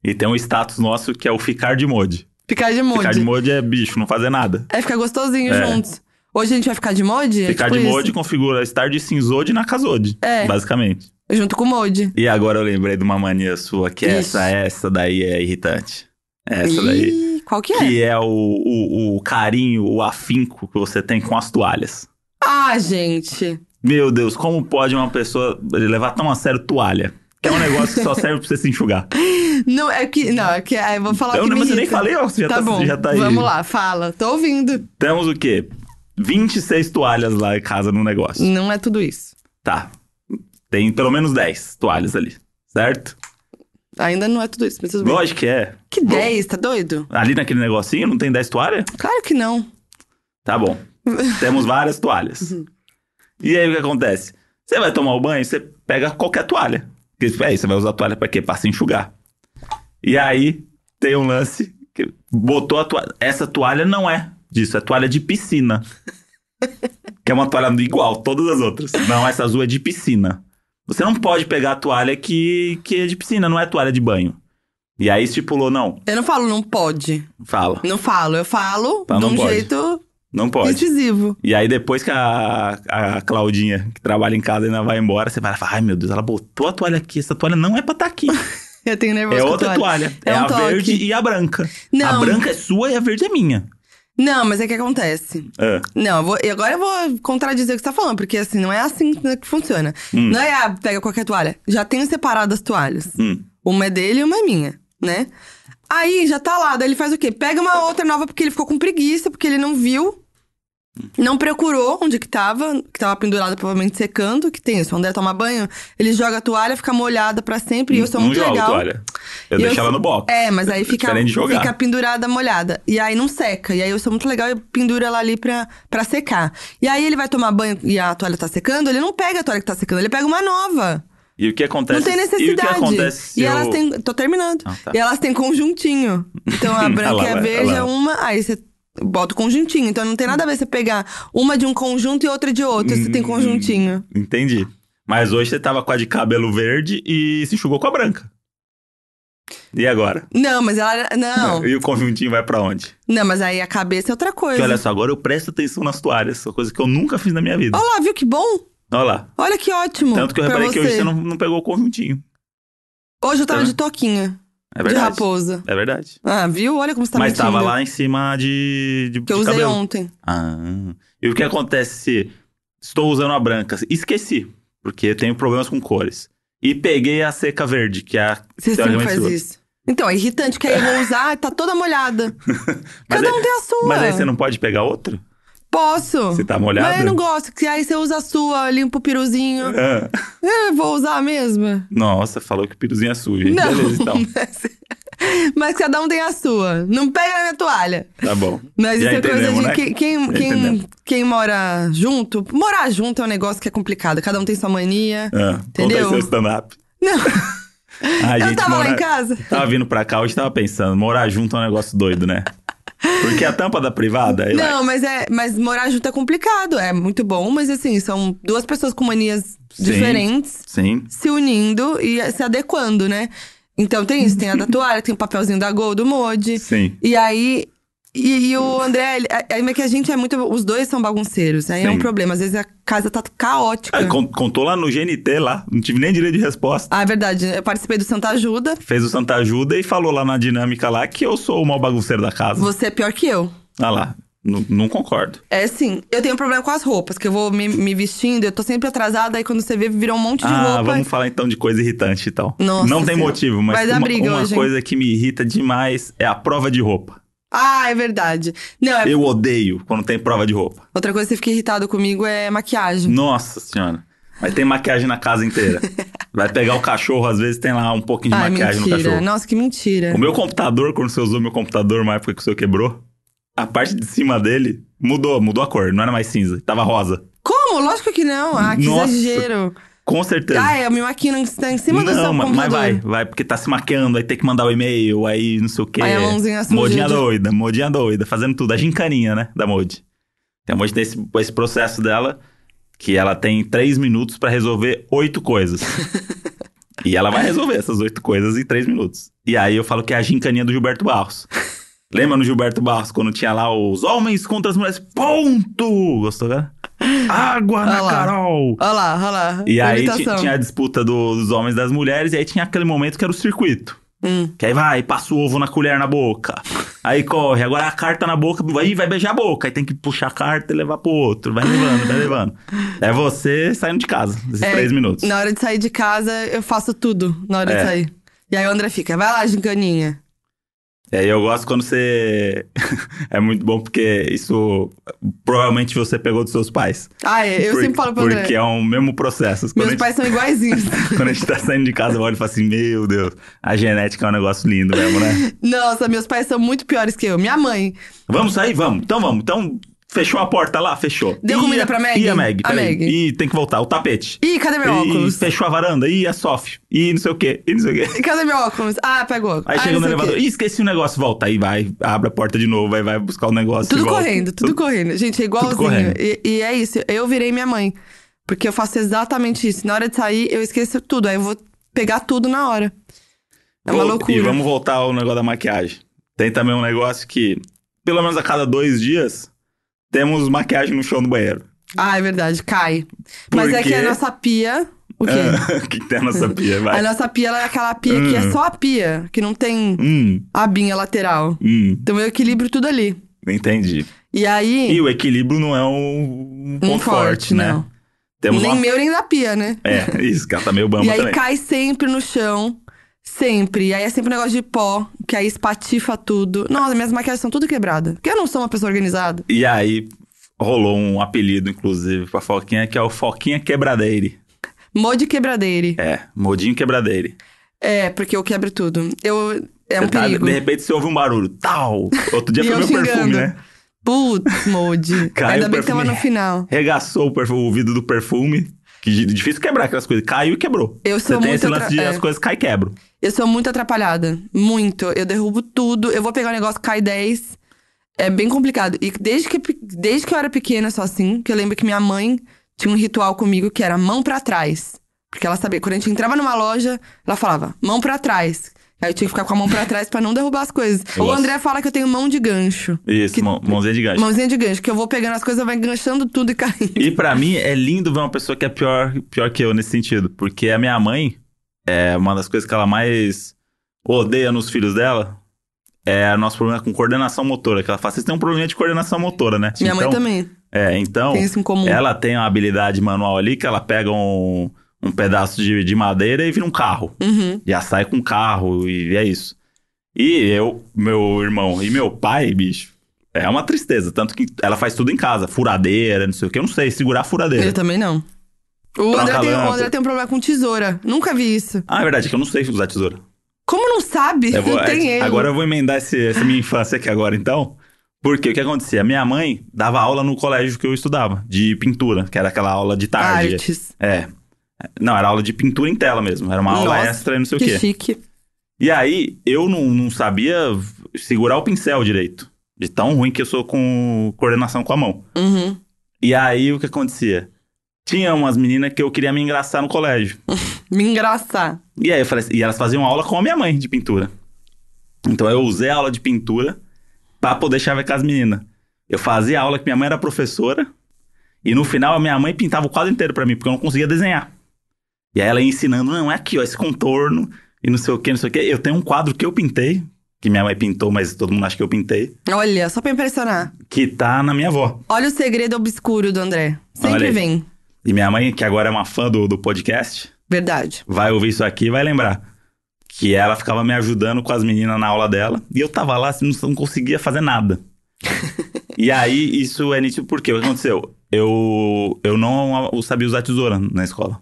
S1: e tem um status nosso que é o ficar de mod.
S2: Ficar de mode.
S1: Ficar de mod é bicho, não fazer nada.
S2: É ficar gostosinho
S1: É.
S2: juntos. Hoje a gente vai ficar de mode? É
S1: ficar
S2: tipo
S1: de
S2: isso.
S1: mod configura estar de cinzode na casode,
S2: É.
S1: basicamente.
S2: Junto com mode.
S1: E agora eu lembrei de uma mania sua que
S2: Ixi.
S1: essa, essa daí é irritante. Essa daí.
S2: Ih, qual que é?
S1: Que é o, o, o carinho, o afinco que você tem com as toalhas.
S2: Ah, gente.
S1: Meu Deus, como pode uma pessoa levar tão a sério toalha? Que é um negócio
S2: *laughs*
S1: que só serve pra você se enxugar.
S2: Não, é que. Não, é que. ah, Eu vou falar
S1: eu
S2: que
S1: não,
S2: me
S1: mas eu nem
S2: irrita.
S1: falei, ó, você já
S2: tá
S1: tá,
S2: bom.
S1: já tá aí.
S2: Vamos lá, fala. Tô ouvindo.
S1: Temos o quê? 26 toalhas lá em casa no negócio.
S2: Não é tudo isso.
S1: Tá. Tem pelo menos 10 toalhas ali, certo?
S2: Ainda não é tudo isso, mas tudo bem.
S1: Lógico que é.
S2: Que 10, tá doido?
S1: Ali naquele negocinho não tem 10 toalhas?
S2: Claro que não.
S1: Tá bom. Temos várias toalhas. E aí o que acontece? Você vai tomar o banho, você pega qualquer toalha. Porque, é, você vai usar a toalha pra quê? Pra se enxugar. E aí tem um lance que botou a toalha. Essa toalha não é disso, é toalha de piscina. que é uma toalha igual, todas as outras. Não, essa azul é de piscina. Você não pode pegar a toalha que, que é de piscina, não é toalha de banho. E aí estipulou, não,
S2: Eu não falo não pode.
S1: fala,
S2: Não falo. Eu falo
S1: Tá,
S2: de
S1: não
S2: um
S1: pode.
S2: jeito
S1: não pode.
S2: incisivo.
S1: E aí, depois que a, a Claudinha, que trabalha em casa, ainda vai embora, você vai falar: ai meu Deus, ela botou a toalha aqui, essa toalha não é pra estar
S2: *laughs*
S1: aqui.
S2: Eu tenho nervoso.
S1: É
S2: com
S1: outra toalha. É,
S2: É um
S1: a
S2: toque.
S1: verde e a branca. A
S2: Não.
S1: branca é sua e a verde é minha.
S2: Não, mas é que acontece.
S1: É.
S2: Não, eu vou- e agora eu vou contradizer o que você tá falando, porque assim, não é assim que funciona. Não é, ah, pega qualquer toalha. Já tenho separado as toalhas.
S1: Hum.
S2: Uma é dele e uma é minha, né? Aí já tá lá, daí ele faz o quê? Pega uma outra nova porque ele ficou com preguiça, porque ele não viu, não procurou onde que tava, que tava pendurada, provavelmente secando, que tem isso. O André toma banho, ele joga a toalha, fica molhada pra sempre, e eu sou
S1: não
S2: muito
S1: jogo
S2: legal.
S1: toalha. Eu
S2: E
S1: deixo
S2: eu-
S1: ela no box.
S2: É, mas aí fica,
S1: Diferente de jogar.
S2: fica pendurada, molhada. E aí não seca. E aí eu sou muito legal e penduro ela ali pra, pra secar. E aí ele vai tomar banho e a toalha tá secando, ele não pega a toalha que tá secando, ele pega uma nova.
S1: E o que acontece?
S2: Não tem
S1: E o que
S2: necessidade.
S1: acontece se
S2: E
S1: eu-
S2: elas têm. Tô terminando.
S1: Ah, tá.
S2: E elas têm conjuntinho.
S1: *laughs*
S2: Então a branca
S1: lá,
S2: e a
S1: lá,
S2: verde
S1: lá.
S2: é uma. Aí você bota o conjuntinho. Então não tem nada a ver você pegar uma de um conjunto e outra de outro. Você tem
S1: Hum.
S2: conjuntinho.
S1: Entendi. Mas hoje você tava com a de cabelo verde e se enxugou com a branca. E agora?
S2: Não, mas ela. Não.
S1: E o conjuntinho vai pra onde?
S2: Não, mas aí a cabeça é outra
S1: Porque
S2: coisa.
S1: olha
S2: Olha
S1: só, agora eu presto atenção nas toalhas, uma coisa que eu nunca fiz na minha vida.
S2: lá, viu que bom?
S1: Olha lá.
S2: Olha que ótimo.
S1: Tanto que eu
S2: pra
S1: reparei
S2: você.
S1: que hoje você não, não pegou o conjuntinho.
S2: Hoje eu tava
S1: Tá
S2: de toquinha.
S1: É
S2: de
S1: verdade.
S2: raposa.
S1: É verdade.
S2: Ah, viu? Olha como você Ah, tá
S1: Mas
S2: mentindo.
S1: tava lá em cima de, de,
S2: Que eu
S1: de
S2: usei
S1: cabelo.
S2: ontem.
S1: Ah. E o que acontece se estou usando a branca? Esqueci, porque tenho problemas com cores. E peguei a seca verde, que é a.
S2: Você sempre
S1: teoricamente
S2: faz
S1: sua.
S2: isso. Então, é irritante, que aí eu vou usar e tá toda molhada.
S1: Mas
S2: Cada
S1: aí-
S2: um tem a sua.
S1: Mas aí você não pode pegar outra?
S2: Posso.
S1: Você tá
S2: Mas eu
S1: molhado?
S2: não gosto, que aí você usa a sua, limpa o piruzinho.
S1: Ah.
S2: Eu vou usar a mesma.
S1: Nossa, falou que o piruzinho é sujo. hein?
S2: Não.
S1: Beleza,
S2: *laughs*
S1: então.
S2: Mas cada um tem a sua. Não pega na minha toalha.
S1: Tá bom.
S2: Mas
S1: Já
S2: isso é coisa de
S1: entendemos, né?
S2: que- quem,
S1: Já
S2: quem,
S1: entendemos.
S2: quem mora junto. Morar junto é um negócio que é complicado. Cada um tem sua mania.
S1: Ah, conta aí
S2: Entendeu?
S1: seu stand-up.
S2: *laughs* Não,
S1: A
S2: eu
S1: gente
S2: tava
S1: mora...
S2: lá em casa.
S1: Tava vindo pra cá, hoje tava pensando, morar junto é um negócio doido, né? Porque a tampa da privada, ela-
S2: Não, mas é, mas morar junto é complicado. É muito bom, mas assim, são duas pessoas com manias
S1: Sim.
S2: diferentes
S1: sim,
S2: se unindo e se adequando, né? Então tem isso, tem a da toalha, tem o papelzinho da Gol, do Modi.
S1: sim.
S2: E aí. E, e o André, ele- é- é que a gente é muito. Os dois são bagunceiros, aí é um
S1: Sim.
S2: problema. Às vezes a casa tá caótica.
S1: Ah, con- contou lá no GNT lá, não tive nem direito de resposta.
S2: Ah, é verdade. Eu participei do Santa Ajuda.
S1: Fez o Santa Ajuda e falou lá na dinâmica lá que eu sou o mau bagunceiro da casa.
S2: Você é pior que eu.
S1: Ah lá, n- não concordo.
S2: É sim, eu tenho problema com as roupas, que eu vou me, me vestindo, eu tô sempre atrasada, aí quando você vê, virou um monte de
S1: Ah,
S2: roupa.
S1: vamos falar então de coisa irritante e tal.
S2: Nossa
S1: não tem
S2: Senhora.
S1: motivo, mas
S2: Vai dar
S1: uma,
S2: briga
S1: uma
S2: hoje, hein?
S1: coisa que me irrita demais é a prova de roupa.
S2: Ah, é verdade. Não, é-
S1: Eu odeio quando tem prova de roupa.
S2: outra coisa que você fica irritado comigo é maquiagem.
S1: Nossa senhora. Mas tem maquiagem na casa inteira. Vai pegar o cachorro, às vezes tem lá um pouquinho de
S2: Ai,
S1: maquiagem no
S2: mentira. né?
S1: cachorro.
S2: Nossa, que mentira.
S1: O meu computador, quando você usou meu computador, uma época que o seu quebrou, a parte de cima dele mudou, mudou a cor, não era mais cinza, tava rosa.
S2: Como? Lógico que não. Ah, que
S1: Nossa.
S2: exagero.
S1: Com certeza.
S2: Ah, eu me maquino em em cima do seu
S1: não, ma-
S2: computador.
S1: mas vai, vai, porque tá se maquiando, aí tem que mandar o e-mail, aí não sei o quê.
S2: Aí a mãozinha suja
S1: Modinha
S2: de-
S1: doida, modinha doida, fazendo tudo. A gincaninha, né, da Modi. Então, a Modi tem esse, esse processo dela, que ela tem três minutos pra resolver oito coisas.
S2: *laughs*
S1: e ela vai resolver essas oito coisas em três minutos. E aí eu falo que é a gincaninha do Gilberto
S2: *laughs*
S1: Barros. Lembra no Gilberto Barros, quando tinha lá os homens contra as mulheres? Ponto! Gostou, cara? Água
S2: Olha
S1: na
S2: lá.
S1: Carol!
S2: Olha lá, olha lá.
S1: E aí ti-
S2: Imitação.
S1: tinha a disputa do- dos homens e das mulheres, e aí tinha aquele momento que era o circuito.
S2: Hum.
S1: Que aí vai, passa o ovo na colher na boca. Aí corre, agora a carta na boca, aí vai beijar a boca. Aí tem que puxar a carta e levar pro outro. Vai levando, vai levando. É você saindo de casa, esses
S2: É,
S1: três minutos.
S2: Na hora de sair de casa, eu faço tudo na hora de
S1: É.
S2: sair. E aí o André fica, vai lá, gincaninha.
S1: E aí eu gosto quando você. *laughs* é muito bom porque isso provavelmente você pegou dos seus pais.
S2: Ah, é, eu
S1: Por-
S2: sempre falo pro André.
S1: Porque é o mesmo processo. Quando a
S2: Meus
S1: gente-
S2: pais são iguaizinhos.
S1: *laughs*
S2: *laughs*
S1: Quando a gente tá saindo de casa, eu olho e falo assim: Meu Deus, a genética é um negócio lindo mesmo, né?
S2: Nossa, meus pais são muito piores que eu. Minha mãe.
S1: Vamos sair? Vamos. Então vamos. Então fechou a porta lá, fechou.
S2: Deu comida pra Maggie?
S1: E a Meg,
S2: A
S1: peraí.
S2: Maggie.
S1: Ih, tem que voltar. O tapete.
S2: Ih, cadê meu
S1: E
S2: óculos?
S1: fechou a varanda. Ih, a Sof. E não sei o quê. E não sei o quê.
S2: Cadê meu óculos? Ah, pegou.
S1: Aí
S2: ah,
S1: chega
S2: não
S1: no
S2: sei o quê.
S1: elevador. Ih, esqueci o negócio. Volta. Aí vai, abre a porta de novo. Aí vai buscar o negócio. e
S2: Tudo
S1: volta.
S2: correndo, tudo correndo. Gente, é igualzinho.
S1: correndo.
S2: E, e é isso, eu virei minha mãe. Porque eu faço exatamente isso. Na hora de sair, eu esqueço tudo. Aí eu vou pegar tudo na hora. É uma
S1: Vol-
S2: loucura.
S1: E vamos voltar ao negócio da maquiagem. Tem também um negócio que, pelo menos a cada dois dias, temos maquiagem no chão do banheiro.
S2: Ah, é verdade, cai. Mas
S1: Por
S2: é que a
S1: quê?
S2: nossa pia. O quê?
S1: O *laughs* que que tem na nossa pia? Ah, Vai.
S2: A nossa pia ela é aquela pia que é
S1: Hum.
S2: só a pia, que não tem
S1: Hum,
S2: abinha lateral.
S1: hum.
S2: Então eu equilibro tudo ali.
S1: Entendi.
S2: E aí.
S1: E o equilíbrio não é um, um ponto forte, né?
S2: Não.
S1: Temos
S2: nem
S1: uma...
S2: meu, nem da pia, né?
S1: *laughs* É, isso, cara, tá meio bamba
S2: E aí
S1: também.
S2: cai sempre no chão. Sempre. E aí é sempre um negócio de pó, que aí espatifa tudo. Nossa, minhas maquiagens são tudo quebradas. Porque eu não sou uma pessoa organizada.
S1: E aí rolou um apelido, inclusive, pra Foquinha, que é o Foquinha Quebradeire.
S2: Mó de quebradeire.
S1: É, Modinho Quebradeire.
S2: É, porque eu quebro tudo. Eu. É um
S1: Você tá-
S2: perigo.
S1: de repente você ouve um barulho, tal. Outro dia
S2: *laughs* E
S1: foi
S2: eu
S1: meu
S2: xingando.
S1: perfume, né?
S2: Putz, Modi.
S1: *laughs* Caiu
S2: Ainda
S1: o
S2: bem que tava
S1: perfume.
S2: no final.
S1: Regaçou o, perfu- o vidro do perfume. Que di- difícil quebrar aquelas coisas. Caiu e quebrou.
S2: Eu
S1: Você
S2: sou
S1: tem
S2: muito
S1: esse lance de
S2: atra-
S1: as
S2: é.
S1: coisas caem e quebram.
S2: Eu sou muito atrapalhada. Muito. Eu derrubo tudo. Eu vou pegar um negócio, cai 10. É bem complicado. E desde que, pe- desde que eu era pequena, só assim, que eu lembro que minha mãe tinha um ritual comigo que era mão pra trás. Porque ela sabia, quando a gente entrava numa loja, ela falava, mão pra trás. Aí eu tinha que ficar com a mão pra trás pra não derrubar
S1: *laughs*
S2: as coisas.
S1: Eu
S2: Ou o
S1: gosto.
S2: André fala que eu tenho mão de gancho.
S1: Isso,
S2: Que-
S1: mão- mãozinha de gancho.
S2: Mãozinha de gancho, que eu vou pegando as coisas, vai enganchando tudo e caindo.
S1: E pra mim é lindo ver uma pessoa que é pior, pior que eu nesse sentido. Porque a minha mãe, é uma das coisas que ela mais odeia nos filhos dela é o nosso problema com coordenação motora. Que ela fala, vocês têm um problema de coordenação motora, né?
S2: *laughs* Minha mãe
S1: Então-
S2: também
S1: É, então.
S2: tem isso em comum.
S1: Ela tem uma habilidade manual ali que ela pega um, um pedaço de, de madeira e vira um carro.
S2: Uhum.
S1: Já sai com um carro e é isso. E eu, meu irmão e meu pai, bicho, é uma tristeza. Tanto que ela faz tudo em casa. Furadeira, não sei o que. Eu não sei segurar a furadeira.
S2: Eu também não. O
S1: Troca
S2: André, tem, o
S1: lâmpada.
S2: André tem um problema com tesoura. Nunca vi isso.
S1: Ah, é verdade, é que eu não sei usar tesoura.
S2: Como não sabe?
S1: Eu vou-
S2: não *laughs* tem
S1: é,
S2: erro.
S1: Agora eu vou emendar esse- essa minha infância aqui agora, então. Porque o que acontecia? Minha mãe dava aula no colégio que eu estudava, de pintura, que era aquela aula de tarde.
S2: Artes.
S1: É. Não, era aula de pintura em tela mesmo. Era uma aula
S2: Nossa,
S1: extra e não sei o
S2: Que
S1: quê.
S2: chique.
S1: E aí, eu não, não sabia segurar o pincel direito. De tão ruim que eu sou com coordenação com a mão.
S2: Uhum.
S1: E aí, o que acontecia? Tinha umas meninas que eu queria me engraçar no colégio.
S2: Me engraçar.
S1: E aí, eu falei assim, e elas faziam aula com a minha mãe de pintura. Então, eu usei a aula de pintura pra poder chavecar as meninas. Eu fazia aula que minha mãe era professora. E no final, a minha mãe pintava o quadro inteiro pra mim, porque eu não conseguia desenhar. E aí, ela ia ensinando, não, é aqui, ó, esse contorno, e não sei o que, não sei o que. Eu tenho um quadro que eu pintei, que minha mãe pintou, mas todo mundo acha que eu pintei,
S2: Olha, só pra impressionar.
S1: que tá na minha avó.
S2: Olha o segredo obscuro do André.
S1: Olha
S2: Sempre
S1: aí.
S2: vem.
S1: E minha mãe, que agora é uma fã do, do podcast,
S2: Verdade.
S1: vai ouvir isso aqui e vai lembrar. Que ela ficava me ajudando com as meninas na aula dela. E eu tava lá, assim, não, não conseguia fazer
S2: *laughs*
S1: nada. e aí, isso é nítido porque o que aconteceu? Eu, eu não sabia usar tesoura na escola.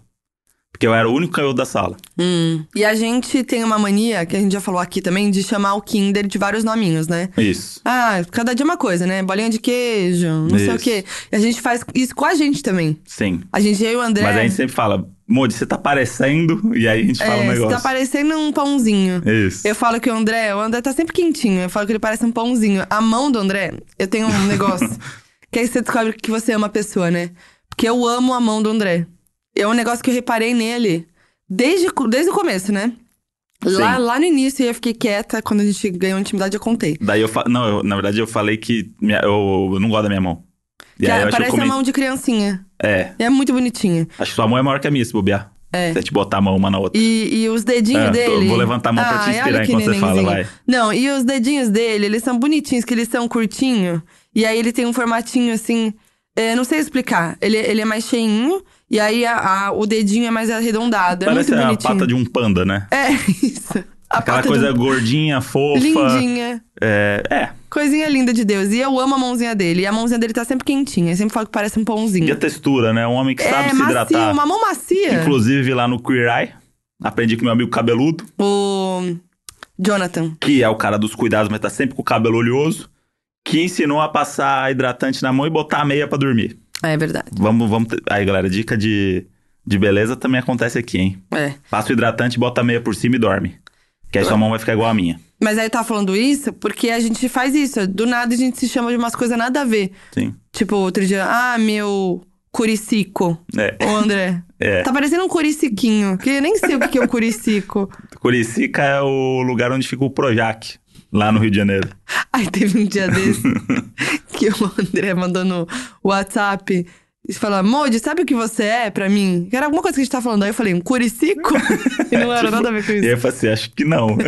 S1: Porque eu era o único canhoto da sala.
S2: Hum. E a gente tem uma mania, que a gente já falou aqui também, de chamar o Kinder de vários nominhos, né?
S1: Isso.
S2: Ah, cada dia é uma coisa, né? Bolinha de queijo, não sei o
S1: Isso.
S2: quê. E a gente faz isso com a gente também.
S1: Sim.
S2: A gente, eu e o André.
S1: Mas aí a gente sempre fala, Modi, você tá parecendo. E aí a gente fala
S2: é,
S1: um
S2: você
S1: negócio.
S2: tá parecendo um pãozinho.
S1: Isso.
S2: Eu falo que o André, o André tá sempre quentinho. Eu falo que ele parece um pãozinho. A mão do André, eu tenho
S1: *laughs*
S2: um negócio. que aí você descobre que você ama a pessoa, né? Porque eu amo a mão do André. É um negócio que eu reparei nele desde, co- desde o começo, né? Lá,
S1: Sim.
S2: lá no início eu fiquei quieta, quando a gente ganhou intimidade eu contei.
S1: Daí eu fa... Não, eu- na verdade eu falei que minha- eu, eu não gosto da minha mão. E
S2: Que
S1: aí eu acho que eu
S2: parece
S1: comi...
S2: a mão de criancinha.
S1: É.
S2: É muito bonitinha.
S1: Acho que sua mão é maior que a minha, se bobear.
S2: É.
S1: Se a gente botar a mão uma na outra.
S2: E, e os dedinhos
S1: Ah, tô-
S2: dele.
S1: vou levantar a mão pra te
S2: Ai, olha
S1: inspirar
S2: que
S1: enquanto você fala,
S2: nenenzinho.
S1: vai.
S2: Não, e os dedinhos dele, eles são bonitinhos, que eles são curtinho. E aí ele tem um formatinho assim. é, não sei explicar. Ele, ele é mais cheinho, e aí a- a- o dedinho é mais arredondado. É
S1: Parece
S2: muito
S1: a
S2: bonitinho.
S1: pata de um panda, né?
S2: É, *laughs* isso. A
S1: Aquela
S2: pata
S1: coisa
S2: de
S1: gordinha,
S2: um-
S1: fofa.
S2: lindinha.
S1: É, é.
S2: Coisinha linda de Deus. E eu amo a mãozinha dele. E a mãozinha dele tá sempre quentinha. Eu sempre falo que parece
S1: E
S2: um
S1: a
S2: pãozinho.
S1: textura, né? Um homem que sabe
S2: é,
S1: se
S2: macia,
S1: hidratar.
S2: uma mão macia.
S1: Inclusive lá no Queer Eye, aprendi com meu amigo cabeludo,
S2: O Jonathan.
S1: que é o cara dos cuidados, mas tá sempre com o cabelo oleoso, que ensinou a passar hidratante na mão e botar a meia pra dormir.
S2: É verdade.
S1: Vamos, vamos. ter- Aí, galera, dica de, de beleza também acontece aqui, hein?
S2: É.
S1: Passa o hidratante, bota a meia por cima e dorme. Que aí sua mão vai ficar igual a minha.
S2: Mas aí tá falando isso porque a gente faz isso. Do nada a gente se chama de umas coisas nada a ver.
S1: Sim.
S2: Tipo, outro dia, ah, meu curicico,
S1: É.
S2: o André.
S1: *laughs* É.
S2: Tá parecendo um curiciquinho, que eu nem sei o que que é um
S1: *laughs*
S2: curicico.
S1: Curicica é o lugar onde fica o Projac, lá no Rio de Janeiro.
S2: Aí teve um
S1: *laughs*
S2: dia desse que o André mandou no WhatsApp e falou: Modi, sabe o que você é pra mim? Que era alguma coisa que a gente tá falando. Aí eu falei,
S1: *laughs*
S2: um curicico? E não era
S1: Tipo,
S2: nada a ver com
S1: E aí
S2: isso.
S1: eu falei assim, acho que não. *laughs*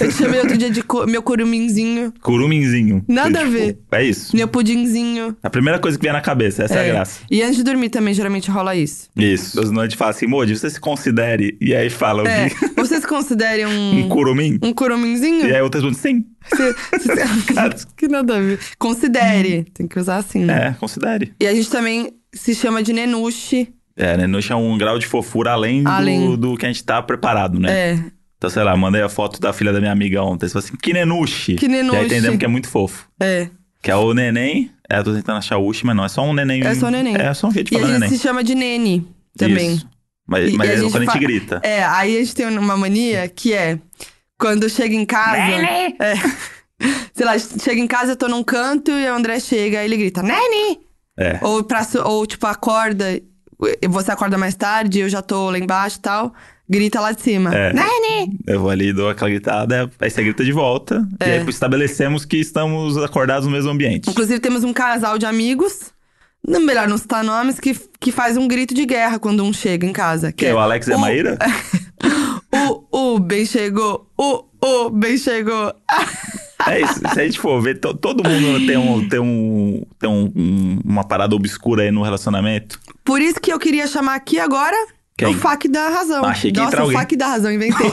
S2: Eu te chamei outro dia de cu- meu curuminzinho,
S1: Curuminzinho.
S2: Nada a ver.
S1: É isso.
S2: meu pudinzinho.
S1: A primeira coisa que vem na cabeça, essa é, a graça.
S2: E antes de dormir também geralmente rola isso.
S1: Isso. As noites fala assim, Modi, você se considere. E aí fala, eu
S2: É,
S1: vi
S2: vocês consideram
S1: um
S2: um,
S1: curumim?
S2: um curuminzinho?
S1: E aí outras vão sim.
S2: Cê- cê- *laughs* que nada a ver. Considere. Tem que usar assim, né?
S1: É, considere.
S2: E a gente também se chama de nenuche.
S1: É, né? Noite é um grau de fofura além, do-
S2: Além.
S1: Do, que a gente tá preparado, né?
S2: É.
S1: Então, sei lá, mandei a foto da filha da minha amiga ontem. Você falou assim, que nenuche.
S2: Que
S1: E aí
S2: nenuche.
S1: entendemos que é muito fofo.
S2: É.
S1: Que é o neném. É, eu tô tentando achar o último, mas não. É só um neném.
S2: É só um neném.
S1: É só um jeito de
S2: E a
S1: falar
S2: gente
S1: neném.
S2: se chama de Nene também.
S1: Isso. Mas,
S2: E-
S1: mas
S2: e a
S1: é
S2: gente
S1: quando a gente
S2: fa-
S1: grita.
S2: É, aí a gente tem uma mania que é quando chega em casa.
S1: Nene!
S2: É, *laughs* sei lá, chega em casa, eu tô num canto e o André chega e ele grita, Nene!
S1: É.
S2: Ou, pra, su- ou tipo, acorda, você acorda mais tarde, eu já tô lá embaixo e tal, grita lá de cima.
S1: É.
S2: Nene!
S1: Eu vou ali e dou aquela gritada, aí você grita de volta. E
S2: É.
S1: aí estabelecemos que estamos acordados no mesmo ambiente.
S2: Inclusive, temos um casal de amigos, não- melhor não citar nomes, que, que faz um grito de guerra quando um chega em casa.
S1: Que é o Alex e
S2: Um-
S1: a Maíra?
S2: O, o, bem chegou, o, o, bem chegou.
S1: É isso. Se a gente for ver, to- todo mundo tem, um, tem, um, tem um- um- uma parada obscura aí no relacionamento.
S2: Por isso que eu queria chamar aqui agora
S1: Quem?
S2: o Fac da Razão.
S1: Achei que ia
S2: Nossa,
S1: entrar
S2: o
S1: alguém.
S2: Fac da Razão, inventei.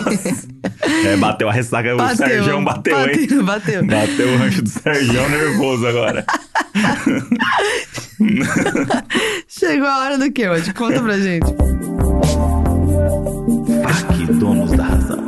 S1: É, bateu a
S2: *laughs*
S1: ressaca, o Sergião bateu, hein? Né?
S2: bateu, bateu.
S1: Bateu o rancho do Sergião nervoso agora.
S2: Chegou a hora do que hoje? Conta pra gente.
S1: Aqui, donos da razão.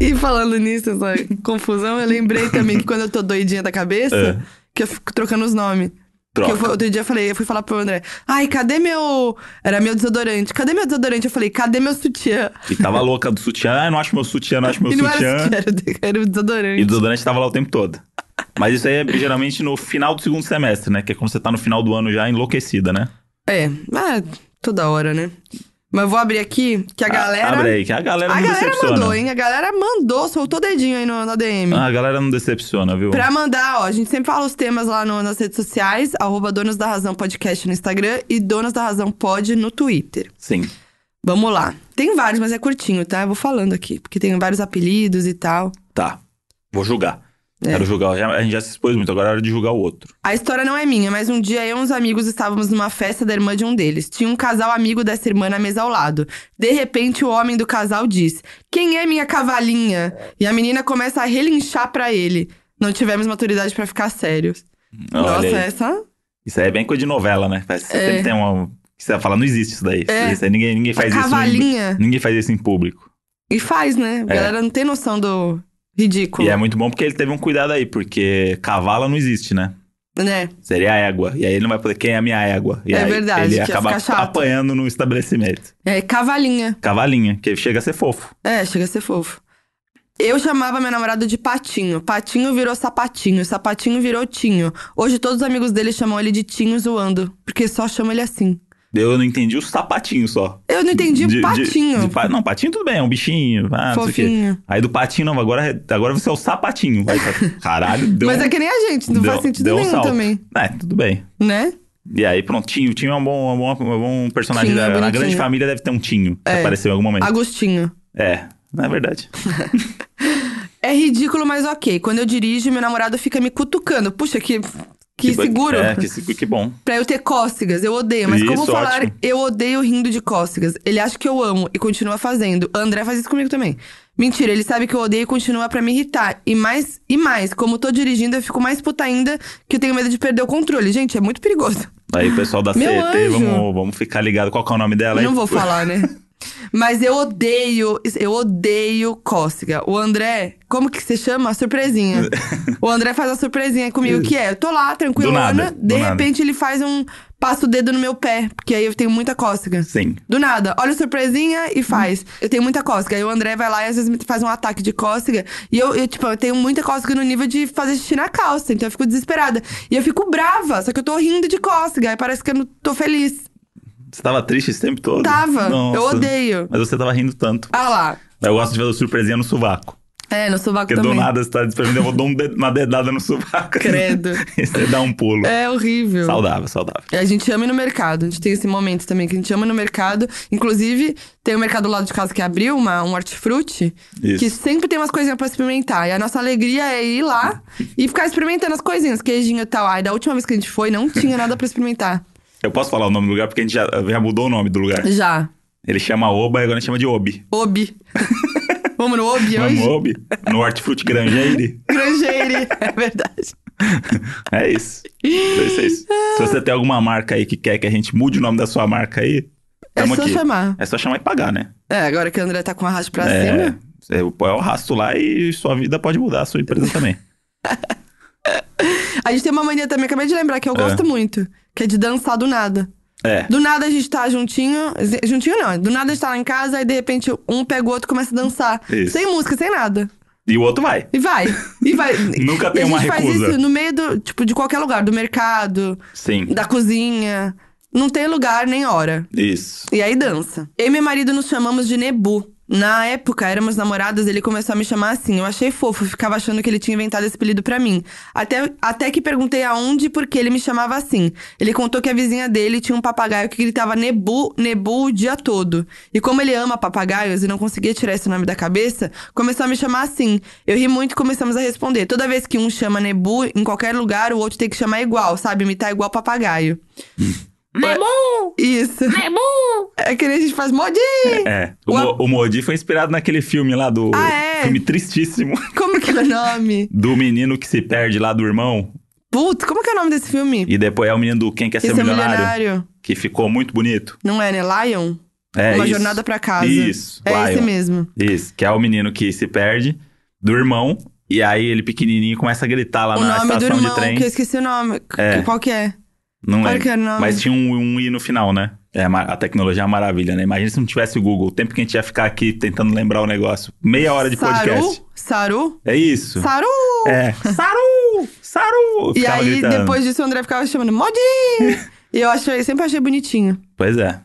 S2: E falando nisso, essa confusão, eu lembrei também que quando eu tô doidinha da cabeça,
S1: É.
S2: que eu fico trocando os nomes.
S1: Troca.
S2: Que eu fui- outro dia eu falei, eu fui falar pro André, ai, cadê meu. Era meu desodorante. Cadê meu desodorante? Eu falei, cadê meu sutiã?
S1: E tava louca do sutiã. Ah, não acho meu sutiã, não acho meu
S2: e não
S1: sutiã.
S2: era sutiã, era, o- era o
S1: E o
S2: desodorante.
S1: desodorante tava lá o tempo todo. Mas isso aí é geralmente no final do segundo semestre, né? Que é quando você tá no final do ano já enlouquecida, né?
S2: É, mas toda hora, né? Mas eu vou abrir aqui, que a galera.
S1: Ah, Abre aí, que a galera
S2: A
S1: não
S2: galera
S1: decepciona.
S2: mandou, hein? A galera mandou, soltou o dedinho aí no, na DM.
S1: Ah, a galera não decepciona, viu?
S2: Pra mandar, ó, a gente sempre fala os temas lá no- nas redes sociais, arroba Donos da Razão Podcast no Instagram e Donos da Razão Pod no Twitter.
S1: Sim.
S2: Vamos lá. Tem vários, mas é curtinho, tá? Eu vou falando aqui, porque tem vários apelidos e tal.
S1: Tá. Vou julgar.
S2: É.
S1: Quero julgar. Já- a gente já se expôs muito, agora é hora de julgar o outro.
S2: A história não é minha, mas um dia eu e uns amigos estávamos numa festa da irmã de um deles. Tinha um casal amigo dessa irmã na mesa ao lado. De repente, o homem do casal diz: Quem é minha cavalinha? E a menina começa a relinchar pra ele. Não tivemos maturidade pra ficar sérios. Nossa,
S1: Olha aí.
S2: essa.
S1: Isso aí é bem coisa de novela, né? Parece que
S2: É.
S1: Sempre tem uma. que Você vai falar, não existe isso daí.
S2: É.
S1: Isso aí, ninguém, ninguém faz isso. Em,
S2: cavalinha.
S1: ninguém faz isso em público.
S2: E faz, né? A galera não tem noção do ridículo,
S1: É. E é muito bom porque ele teve um cuidado aí, porque cavala não existe, né?
S2: né?
S1: Seria a égua. E aí ele não vai poder, quem é a minha égua? E
S2: É
S1: aí
S2: verdade,
S1: Ele
S2: que
S1: ia
S2: ia
S1: acabar
S2: ficar chato.
S1: apanhando no estabelecimento.
S2: É cavalinha.
S1: Cavalinha, que chega a ser fofo.
S2: É, chega a ser fofo. Eu chamava meu namorado de Patinho. Patinho virou Sapatinho. Sapatinho virou Tinho. Hoje todos os amigos dele chamam ele de Tinho zoando. Porque só chama ele assim.
S1: Eu não entendi os sapatinhos só.
S2: Eu não entendi o Patinho.
S1: de pa- não, patinho tudo bem, é um bichinho. Ah, não sei o quê.
S2: fofinho.
S1: Aí do patinho, não, agora, agora você é o sapatinho. Vai, tá- caralho, deu
S2: Mas
S1: um,
S2: é que nem a gente, não
S1: deu-
S2: faz sentido
S1: deu um
S2: nenhum
S1: salto.
S2: também.
S1: É, tudo bem.
S2: Né?
S1: E aí, prontinho, o Tinho é um bom, um bom, um bom personagem.
S2: Tinho é
S1: da- Na
S2: bonitinho. É.
S1: grande família deve ter um Tinho, que apareceu em algum momento.
S2: Agostinho.
S1: É, na verdade.
S2: É ridículo, mas ok. Quando eu dirijo, meu namorado fica me cutucando. Puxa, que, que, seguro.
S1: É, que, seguro, que bom.
S2: Pra eu ter cócegas, eu odeio. Mas como
S1: Isso,
S2: falar,
S1: ótimo.
S2: eu odeio rindo de cócegas. Ele acha que eu amo e continua fazendo. André faz isso comigo também. Mentira, ele sabe que eu odeio e continua pra me irritar. E mais, e mais, como tô dirigindo, eu fico mais puta ainda que eu tenho medo de perder o controle. Gente, é muito perigoso.
S1: Aí o pessoal da
S2: Meu
S1: CET,
S2: anjo.
S1: vamos, vamos ficar ligado. Qual que é o nome dela? aí?
S2: Não vou
S1: *laughs*
S2: falar, né? Mas eu odeio, eu odeio cócega. O André, como que se chama?
S1: *laughs*
S2: A surpresinha. o André faz a surpresinha comigo, que é, eu tô lá,
S1: Do
S2: tranquilona,
S1: nada, do
S2: de
S1: nada.
S2: repente ele faz um, passa o dedo no meu pé, porque aí eu tenho muita cócega.
S1: Sim.
S2: Do nada, olha a surpresinha e faz. Eu tenho muita cócega. Aí o André vai lá e às vezes me faz um ataque de cócega. E eu, eu, tipo, eu tenho muita cócega no nível de fazer xixi na calça. Então eu fico desesperada. E eu fico brava, só que eu tô rindo de cócega. Aí parece que eu não tô feliz.
S1: Você tava triste esse tempo todo?
S2: Tava.
S1: Nossa.
S2: Eu odeio.
S1: Mas você tava rindo tanto.
S2: Ah lá.
S1: Eu gosto de fazer surpresinha no sovaco.
S2: É, no sovaco
S1: Porque
S2: também.
S1: do nada você tá desprevenido, eu vou dar um de- uma dedada no sovaco.
S2: Credo.
S1: *laughs* E você dá um pulo.
S2: É horrível.
S1: Saudável, saudável.
S2: A gente ama ir no mercado. A gente tem esse momento também que a gente ama ir no mercado. Inclusive, tem um mercado lá de casa que abriu, uma, um hortifruti,
S1: Isso.
S2: que sempre tem umas coisinhas pra experimentar. E a nossa alegria é ir lá e ficar experimentando as coisinhas, queijinho e tal. Ai, da última vez que a gente foi, não tinha nada pra experimentar.
S1: Eu posso falar o nome do lugar porque a gente já, já mudou o nome do lugar.
S2: Já.
S1: Ele chama Oba e agora a gente chama de Obi. *laughs*
S2: Obi. Vamos no Obi
S1: Vamos,
S2: hoje?
S1: Obi? No Hortifruti Grangeire.
S2: Grangeire. *laughs* É verdade.
S1: *laughs* É isso. Então, isso é isso. Se você tem alguma marca aí que quer que a gente mude o nome da sua marca aí,
S2: É
S1: tamo
S2: só
S1: aqui.
S2: chamar.
S1: É só chamar e pagar, né?
S2: É, agora que o André tá com a racha pra
S1: é,
S2: cima. *laughs*
S1: você põe o rasto lá e sua vida pode mudar, sua empresa também.
S2: A gente tem uma mania também, acabei de lembrar, que eu gosto muito. Que é de dançar do nada.
S1: É.
S2: Do nada a gente tá juntinho. Juntinho não. Do nada a gente tá lá em casa e de repente um pega o outro e começa a dançar.
S1: Isso.
S2: Sem música, sem nada.
S1: E o outro vai.
S2: E vai. E vai.
S1: *laughs* Nunca
S2: E
S1: tem
S2: a gente
S1: uma
S2: faz
S1: recusa.
S2: isso no meio do, tipo, de qualquer lugar, do mercado,
S1: Sim.
S2: da cozinha. Não tem lugar nem hora.
S1: Isso.
S2: E aí dança. Eu e meu marido nos chamamos de Nebu. Na época, éramos namoradas, ele começou a me chamar assim. Eu achei fofo, eu ficava achando que ele tinha inventado esse apelido pra mim. Até, até que perguntei aonde e por que ele me chamava assim. Ele contou que a vizinha dele tinha um papagaio que gritava Nebu, Nebu o dia todo. E como ele ama papagaios e não conseguia tirar esse nome da cabeça, começou a me chamar assim. Eu ri muito e começamos a responder. Toda vez que um chama Nebu em qualquer lugar, o outro tem que chamar igual, sabe? Imitar igual papagaio.
S4: Nebu!
S2: Isso.
S4: Nebu!
S2: É que nem a gente faz modinho.
S1: É. O,
S2: O a-
S1: Mo- o Modi foi inspirado naquele filme lá do.
S2: Ah, é?
S1: Filme tristíssimo. *laughs*
S2: Como que é o nome?
S1: Do menino que se perde lá do irmão.
S2: Putz, como que é o nome desse filme?
S1: E depois é o menino do Quem Quer Ser
S2: Esse é
S1: milionário, Que ficou muito bonito.
S2: Não é, né? Lion?
S1: É
S2: Uma
S1: isso.
S2: jornada pra casa.
S1: Isso.
S2: É esse
S1: Lion.
S2: mesmo.
S1: Isso, que é o menino que se perde do irmão. E aí ele pequenininho começa a gritar lá
S2: o
S1: na
S2: nome do
S1: estação
S2: irmão,
S1: de trem.
S2: que eu esqueci o nome.
S1: É.
S2: Qual que é?
S1: Não
S2: Qual que
S1: lembro.
S2: era o nome?
S1: Mas tinha um, um i no final, né? É, ma- a tecnologia é uma maravilha, né? Imagina se não tivesse o Google. O tempo que a gente ia ficar aqui tentando lembrar o negócio. Meia hora de podcast.
S2: Saru? Saru?
S1: É isso.
S2: Saru!
S1: É. Saru! Saru!
S2: E
S1: Ficava
S2: aí,
S1: gritando.
S2: depois disso, o André ficava
S1: *laughs*
S2: chamando Modinho! e eu achei, sempre achei bonitinho.
S1: Pois é.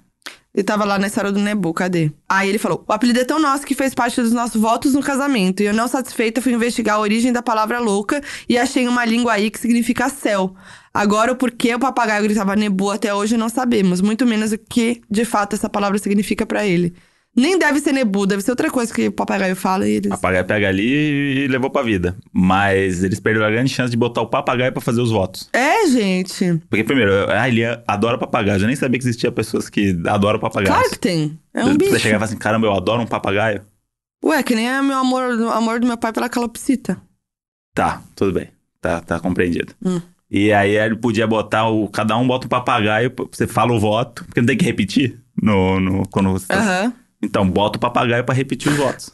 S2: Ele tava lá na história do Nebu, cadê? Aí ele falou: o apelido é tão nosso que fez parte dos nossos votos no casamento. E eu, não satisfeita, fui investigar a origem da palavra louca e achei uma língua aí que significa céu. Agora, o porquê o papagaio gritava Nebu até hoje não sabemos, muito menos o que de fato essa palavra significa pra ele. Nem deve ser Nebu, deve ser outra coisa que o papagaio fala e eles.
S1: Papagaio pega ali e levou pra vida. Mas eles perderam a grande chance de botar o papagaio pra fazer os votos.
S2: É, gente.
S1: Porque, primeiro, eu- ah, ele adora papagaio. Eu nem sabia que existia pessoas que adoram papagaios.
S2: Claro que tem. É um
S1: Você
S2: bicho.
S1: chegava assim, caramba, eu adoro um papagaio.
S2: Ué, que nem é meu amor, o amor do meu pai pela calopsita.
S1: Tá, tudo bem. Tá, tá compreendido.
S2: Hum.
S1: E aí ele podia botar o. Cada um bota um papagaio, p- você fala o voto, porque não tem que repetir no, no, quando você. tá-
S2: Aham.
S1: Então, bota o papagaio pra repetir os votos.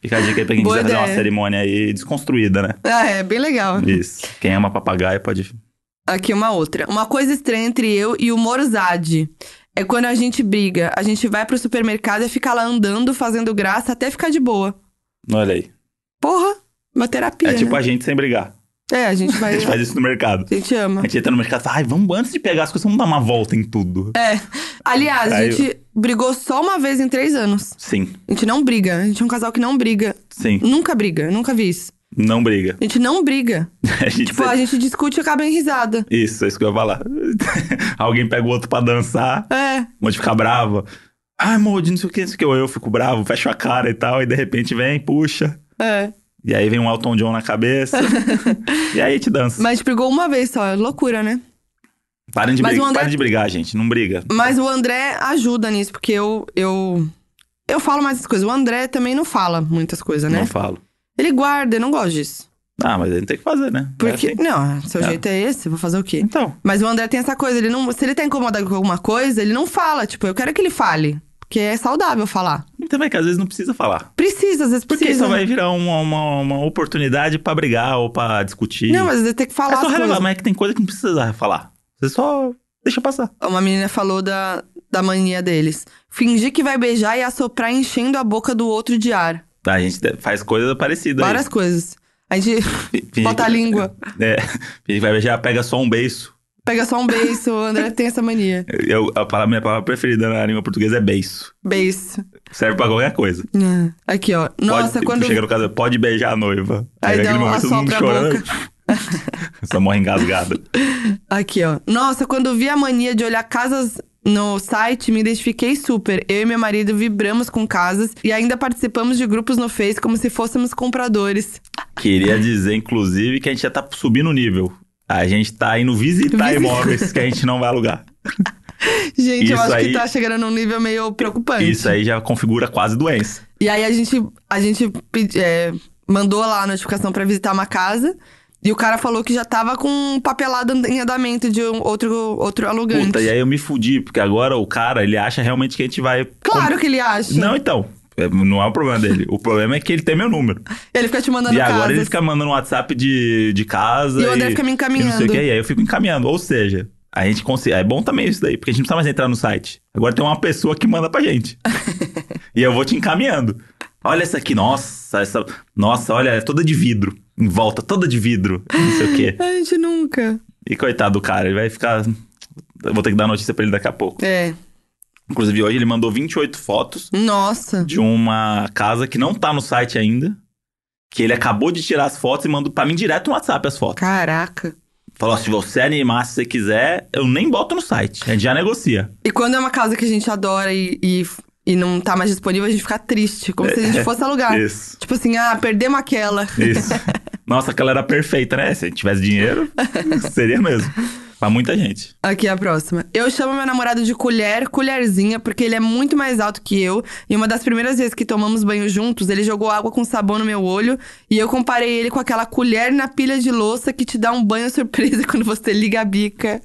S1: Fica a dica aí pra quem
S2: Boa
S1: quiser fazer uma
S2: ideia.
S1: cerimônia aí desconstruída, né?
S2: Ah, é, bem legal.
S1: Isso. Quem ama papagaio pode.
S2: Aqui uma outra. Uma coisa estranha entre eu e o Morzade é quando a gente briga. A gente vai pro supermercado e fica lá andando, fazendo graça, até ficar de boa.
S1: Olha aí.
S2: Porra, uma terapia.
S1: é tipo
S2: né?
S1: a gente sem brigar.
S2: É, a gente vai.
S1: *laughs* A gente faz isso no mercado.
S2: a gente ama.
S1: A gente entra no mercado e fala, ai, vamos antes de pegar as coisas, vamos dar uma volta em tudo.
S2: É. Aliás, a
S1: Aí-
S2: gente brigou só uma vez em três anos.
S1: Sim,
S2: A gente não briga. A gente é um casal que não briga.
S1: sim.
S2: Nunca briga, nunca vi isso.
S1: Não briga. *laughs*
S2: A gente não briga.
S1: A gente
S2: Tipo,
S1: sempre-
S2: a gente discute e acaba em risada.
S1: Isso, é isso que eu ia falar. *laughs* Alguém pega o outro pra dançar.
S2: É.
S1: um monte de ficar brava. Ai, Mold, não sei o que, não sei o que. Ou eu fico bravo, fecho a cara e tal. E de repente vem, puxa.
S2: É.
S1: E aí vem um Elton John na
S2: *laughs*
S1: cabeça. e aí te dança.
S2: Mas a gente brigou uma vez só. Loucura, né?
S1: Parem de,
S2: mas
S1: brigar,
S2: o André-
S1: parem de brigar, gente. Não briga.
S2: Mas o André ajuda nisso, porque eu. Eu, eu falo mais as coisas. O André também não fala muitas coisas, né?
S1: Não falo.
S2: Ele guarda, eu não gosto disso.
S1: Ah, mas ele tem que fazer, né? É
S2: Porque.
S1: assim.
S2: Não, seu
S1: É.
S2: jeito é esse, vou fazer o quê?
S1: Então,
S2: Mas o André tem essa coisa, ele não. Se ele tá incomodado com alguma coisa, ele não fala. Tipo, eu quero que ele fale. Porque é saudável falar.
S1: e também que às vezes não precisa falar.
S2: Precisa, às vezes
S1: Porque
S2: precisa.
S1: só vai virar uma, uma, uma oportunidade pra brigar ou pra discutir.
S2: Não, mas às vezes tem que
S1: é
S2: falar
S1: só
S2: as
S1: relevar,
S2: coisas.
S1: mas é que tem coisa que não precisa falar. Você só deixa passar.
S2: Uma menina falou da, da mania deles. Fingir que vai beijar e assoprar enchendo a boca do outro de ar.
S1: Tá, a gente faz coisa parecida aí.
S2: Várias coisas. A gente
S1: Fingir
S2: *laughs* bota a
S1: que-
S2: língua.
S1: *laughs* É, ele vai beijar, pega só um beiço.
S2: Pega só um beijo, o André tem essa mania.
S1: Eu, a palavra- minha palavra preferida na língua portuguesa é beijo.
S2: Beijo.
S1: Serve pra qualquer coisa.
S2: Ah, Aqui, ó. Nossa,
S1: pode, tipo,
S2: quando.
S1: Chega no caso, pode beijar a noiva.
S2: Aí dá
S1: naquele
S2: um
S1: momento, todo mundo
S2: assopro a
S1: chorando. *laughs* Só morre engasgada.
S2: Aqui, ó. Nossa, quando vi a mania de olhar casas no site, me identifiquei super. Eu e meu marido vibramos com casas e ainda participamos de grupos no Face como se fôssemos compradores.
S1: Queria dizer, inclusive, que a gente já tá subindo o nível. A gente tá indo visitar
S2: Visitar.
S1: imóveis que a gente não vai alugar.
S2: Gente, eu
S1: Isso
S2: acho
S1: aí-
S2: que tá chegando num nível meio preocupante.
S1: Isso aí já configura quase doença.
S2: E aí a gente, a gente pedi- é, mandou lá a notificação pra visitar uma casa. E o cara falou que já tava com papelada em andamento de um outro, outro alugante.
S1: Puta, e aí eu me fudi, porque agora o cara, ele acha realmente que a gente vai.
S2: Claro que ele acha.
S1: Não, então. É, Não é o problema dele. O problema é que ele tem meu número.
S2: Ele fica te mandando
S1: e agora
S2: casas.
S1: ele fica mandando WhatsApp de, de casa.
S2: E o André fica me
S1: e não
S2: encaminhando.
S1: sei o que. E aí eu fico encaminhando. Ou seja, a gente consegue. É bom também isso daí, porque a gente não precisa mais entrar no site. Agora tem uma pessoa que manda pra
S2: *laughs*
S1: gente. e eu vou te encaminhando. Olha essa aqui, nossa, essa. Nossa, olha, é toda de vidro. Em volta, toda de vidro. Não sei o quê.
S2: A gente nunca.
S1: E coitado do cara, ele vai ficar. eu Vou ter que dar notícia pra ele daqui a pouco.
S2: É.
S1: Inclusive, hoje ele mandou 28 fotos
S2: Nossa.
S1: de uma casa que não tá no site ainda. Que ele acabou de tirar as fotos e mandou pra mim direto no WhatsApp as fotos.
S2: Caraca.
S1: Falou, se você animar, se você quiser, eu nem boto no site. A gente já negocia.
S2: E quando é uma casa que a gente adora e, e, e não tá mais disponível, a gente fica triste. Como se a gente fosse alugar.
S1: É. Isso.
S2: Tipo assim, ah, perdemos aquela.
S1: Isso. *laughs* Nossa, aquela era perfeita, né? Se a gente tivesse
S2: *laughs*
S1: dinheiro, seria mesmo. Pra muita gente.
S2: Aqui é a próxima. Eu chamo meu namorado de colher, colherzinha, porque ele é muito mais alto que eu. E uma das primeiras vezes que tomamos banho juntos, ele jogou água com sabão no meu olho. E eu comparei ele com aquela colher na pilha de louça que te dá um banho surpresa *laughs* quando você liga a bica.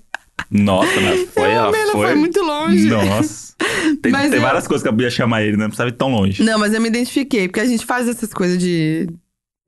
S1: Nossa, mas foi
S2: Eu
S1: ela.
S2: amei, ela
S1: foi...
S2: foi muito longe. *laughs*
S1: Nossa. Tem,
S2: Mas
S1: tem
S2: eu-
S1: várias coisas que eu podia chamar ele, né? Não precisava ir tão longe.
S2: Não, mas eu me identifiquei, porque a gente faz essas coisas de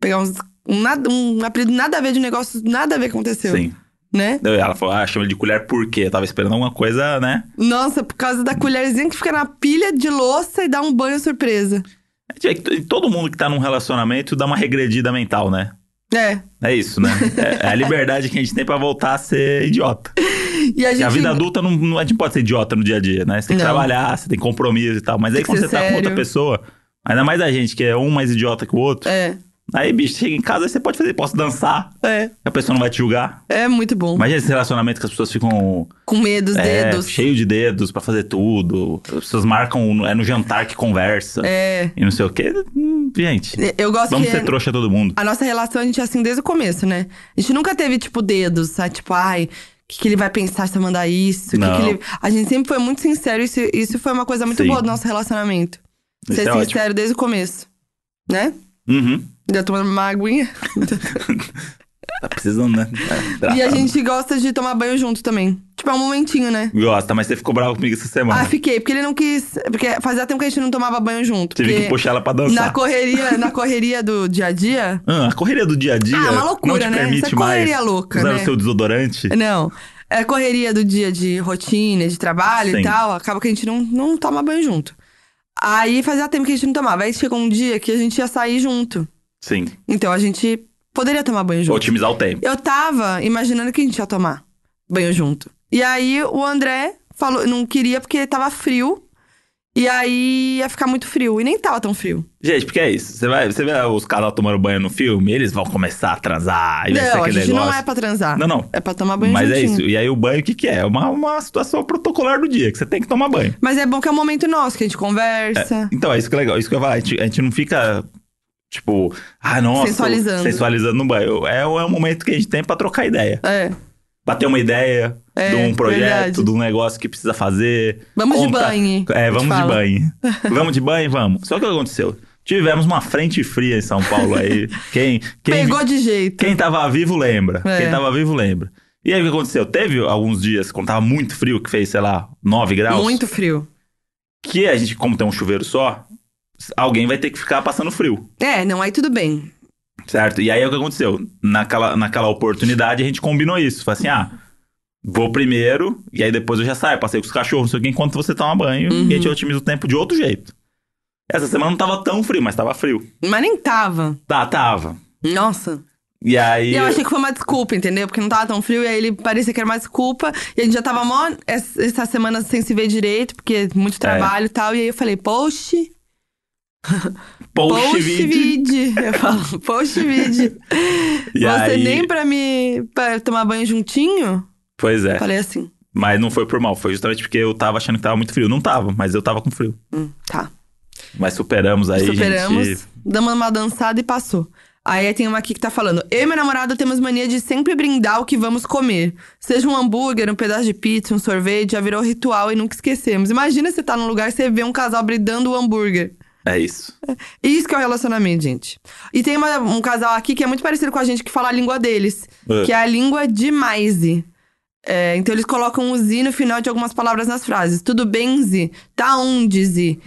S2: pegar uns. Um, nada- um apelido nada a ver de negócio, nada a ver que aconteceu.
S1: Sim.
S2: Né?
S1: Daí Ela falou, ah, chama ele de colher por quê? Eu tava esperando alguma coisa, né?
S2: Nossa, por causa da colherzinha que fica na pilha de louça e dá um banho surpresa.
S1: É que t- Todo mundo que tá num relacionamento dá uma regredida mental, né?
S2: É.
S1: É isso, né? É, é a liberdade que a gente tem pra voltar a ser idiota.
S2: E a
S1: Porque
S2: gente.
S1: a vida adulta não, não- a gente pode ser idiota no dia a dia, né? Você tem que
S2: Não.
S1: trabalhar, você tem compromisso e tal. Mas
S2: Tem
S1: aí
S2: que
S1: quando
S2: ser
S1: você tá com outra
S2: sério.
S1: pessoa, ainda mais a gente, que é um mais idiota que o outro,
S2: É,
S1: aí, bicho, chega em casa, aí você pode fazer, posso dançar,
S2: é.
S1: a pessoa não vai te julgar.
S2: É muito bom.
S1: Imagina esse relacionamento que as pessoas ficam
S2: Com medo dos
S1: é,
S2: dedos.
S1: cheio de dedos pra fazer tudo. As pessoas marcam, é no jantar que conversa.
S2: É.
S1: E não sei o quê. Hum, Gente,
S2: Eu gosto
S1: vamos
S2: que é.
S1: ser trouxa todo mundo.
S2: a nossa relação a gente é assim desde o começo, né? A gente nunca teve, tipo, dedos, sabe? Tipo, ai, o que, que ele vai pensar se eu mandar isso? Que que
S1: Não.
S2: ele- A gente sempre foi muito sincero. Isso, isso foi uma coisa muito
S1: Sim.
S2: boa do nosso relacionamento.
S1: Isso
S2: Ser
S1: é
S2: sincero
S1: ótimo.
S2: desde o começo. Né?
S1: Uhum.
S2: Já tomando uma aguinha.
S1: Tá precisando, né? É,
S2: E a
S1: tratado.
S2: gente gosta de tomar banho junto também. Tipo, é um momentinho, né?
S1: Gosta, mas você ficou bravo comigo essa semana.
S2: Ah, fiquei, porque ele não quis. Porque fazia tempo que a gente não tomava banho junto.
S1: Tive que
S2: porque
S1: puxar ela pra dançar.
S2: na correria, na correria do dia a dia,
S1: Ah, a correria do dia a dia
S2: Ah, uma loucura,
S1: não te
S2: né?
S1: permite
S2: Essa
S1: mais
S2: correria louca,
S1: usar
S2: né?
S1: o seu desodorante.
S2: Não. É correria do dia de rotina, de trabalho e
S1: Sim.
S2: tal. Acaba que a gente não, não toma banho junto. Aí fazia tempo que a gente não tomava. Aí chegou um dia que a gente ia sair junto.
S1: Sim,
S2: Então a gente poderia tomar banho junto.
S1: otimizar o tempo.
S2: Eu tava imaginando que a gente ia tomar banho junto. E aí o André falou, não queria porque tava frio. E aí ia ficar muito frio. E nem tava tão frio.
S1: Gente, porque é isso. Você, vai, você vê os casal tomando banho no filme, eles vão começar a transar. E vai ser
S2: não, a
S1: aquele
S2: gente
S1: negócio.
S2: não é pra transar.
S1: Não, não.
S2: É pra tomar banho
S1: Mas é
S2: juntinho.
S1: isso. E aí o banho, o que, que é? É uma, uma situação protocolar do dia, que você tem que tomar banho.
S2: Mas é bom que é um momento nosso, que a gente conversa.
S1: Então, é isso que é legal. Isso que eu ia falar. A gente, a gente não fica, tipo, ah, nossa.
S2: Sensualizando.
S1: Sensualizando no banho. É, é um momento que a gente tem pra trocar ideia.
S2: É.
S1: Bater uma ideia
S2: É,
S1: de um projeto,
S2: verdade.
S1: de um negócio que precisa fazer.
S2: Vamos de
S1: Conta-
S2: banho.
S1: É,
S2: eu te
S1: vamos de
S2: falo. *laughs*
S1: banho. Vamos de banho, vamos. Só que o que aconteceu? Tivemos uma frente fria em São Paulo
S2: *laughs*
S1: aí. Quem, quem,
S2: Pegou de jeito.
S1: quem tava vivo lembra.
S2: É.
S1: Quem tava vivo lembra. E aí o que aconteceu? Teve alguns dias, quando tava muito frio, que fez, sei lá, 9 graus.
S2: Muito frio.
S1: Que a gente, como tem um chuveiro só, alguém vai ter que ficar passando frio,
S2: É, não, aí tudo bem.
S1: certo? E aí é o que aconteceu? Naquela, naquela oportunidade a gente combinou isso. Falei assim, ah, vou primeiro, e aí depois eu já saio, passei com os cachorros, não sei o que, enquanto você toma banho, e
S2: Uhum.
S1: a gente otimiza o tempo de outro jeito. Essa semana não tava tão frio, mas tava frio.
S2: Mas nem tava.
S1: Tá, tava.
S2: Nossa.
S1: E aí.
S2: E, eu achei que foi uma desculpa, entendeu? Porque não tava tão frio, e aí ele parecia que era uma desculpa. E a gente já tava mó es- essa semana sem se ver direito, porque
S1: É.
S2: muito trabalho e tal. E aí eu falei, post,
S1: Post
S2: post
S1: vídeo.
S2: vide. *laughs* Eu falo, post vide.
S1: E
S2: Você
S1: aí-
S2: nem pra me pra tomar banho juntinho?
S1: Pois é.
S2: Falei assim,
S1: Mas não foi por mal, foi justamente porque eu tava achando que tava muito frio. Não tava, mas eu tava com frio.
S2: hum, tá.
S1: Mas superamos aí,
S2: Superamos,
S1: gente.
S2: damos uma dançada e passou. Aí tem uma aqui que tá falando: Eu e meu namorado temos mania de sempre brindar o que vamos comer. Seja um hambúrguer, um pedaço de pizza, um sorvete, já virou ritual e nunca esquecemos. Imagina você tá num lugar e você vê um casal brindando o hambúrguer.
S1: É isso.
S2: Isso que é o relacionamento, gente. E tem uma- um casal aqui que é muito parecido com a gente que fala a língua deles,
S1: É.
S2: que é a língua de Maise. É, então eles colocam o Z no final de algumas palavras nas frases. Tudo bem, Z? Tá onde, Z?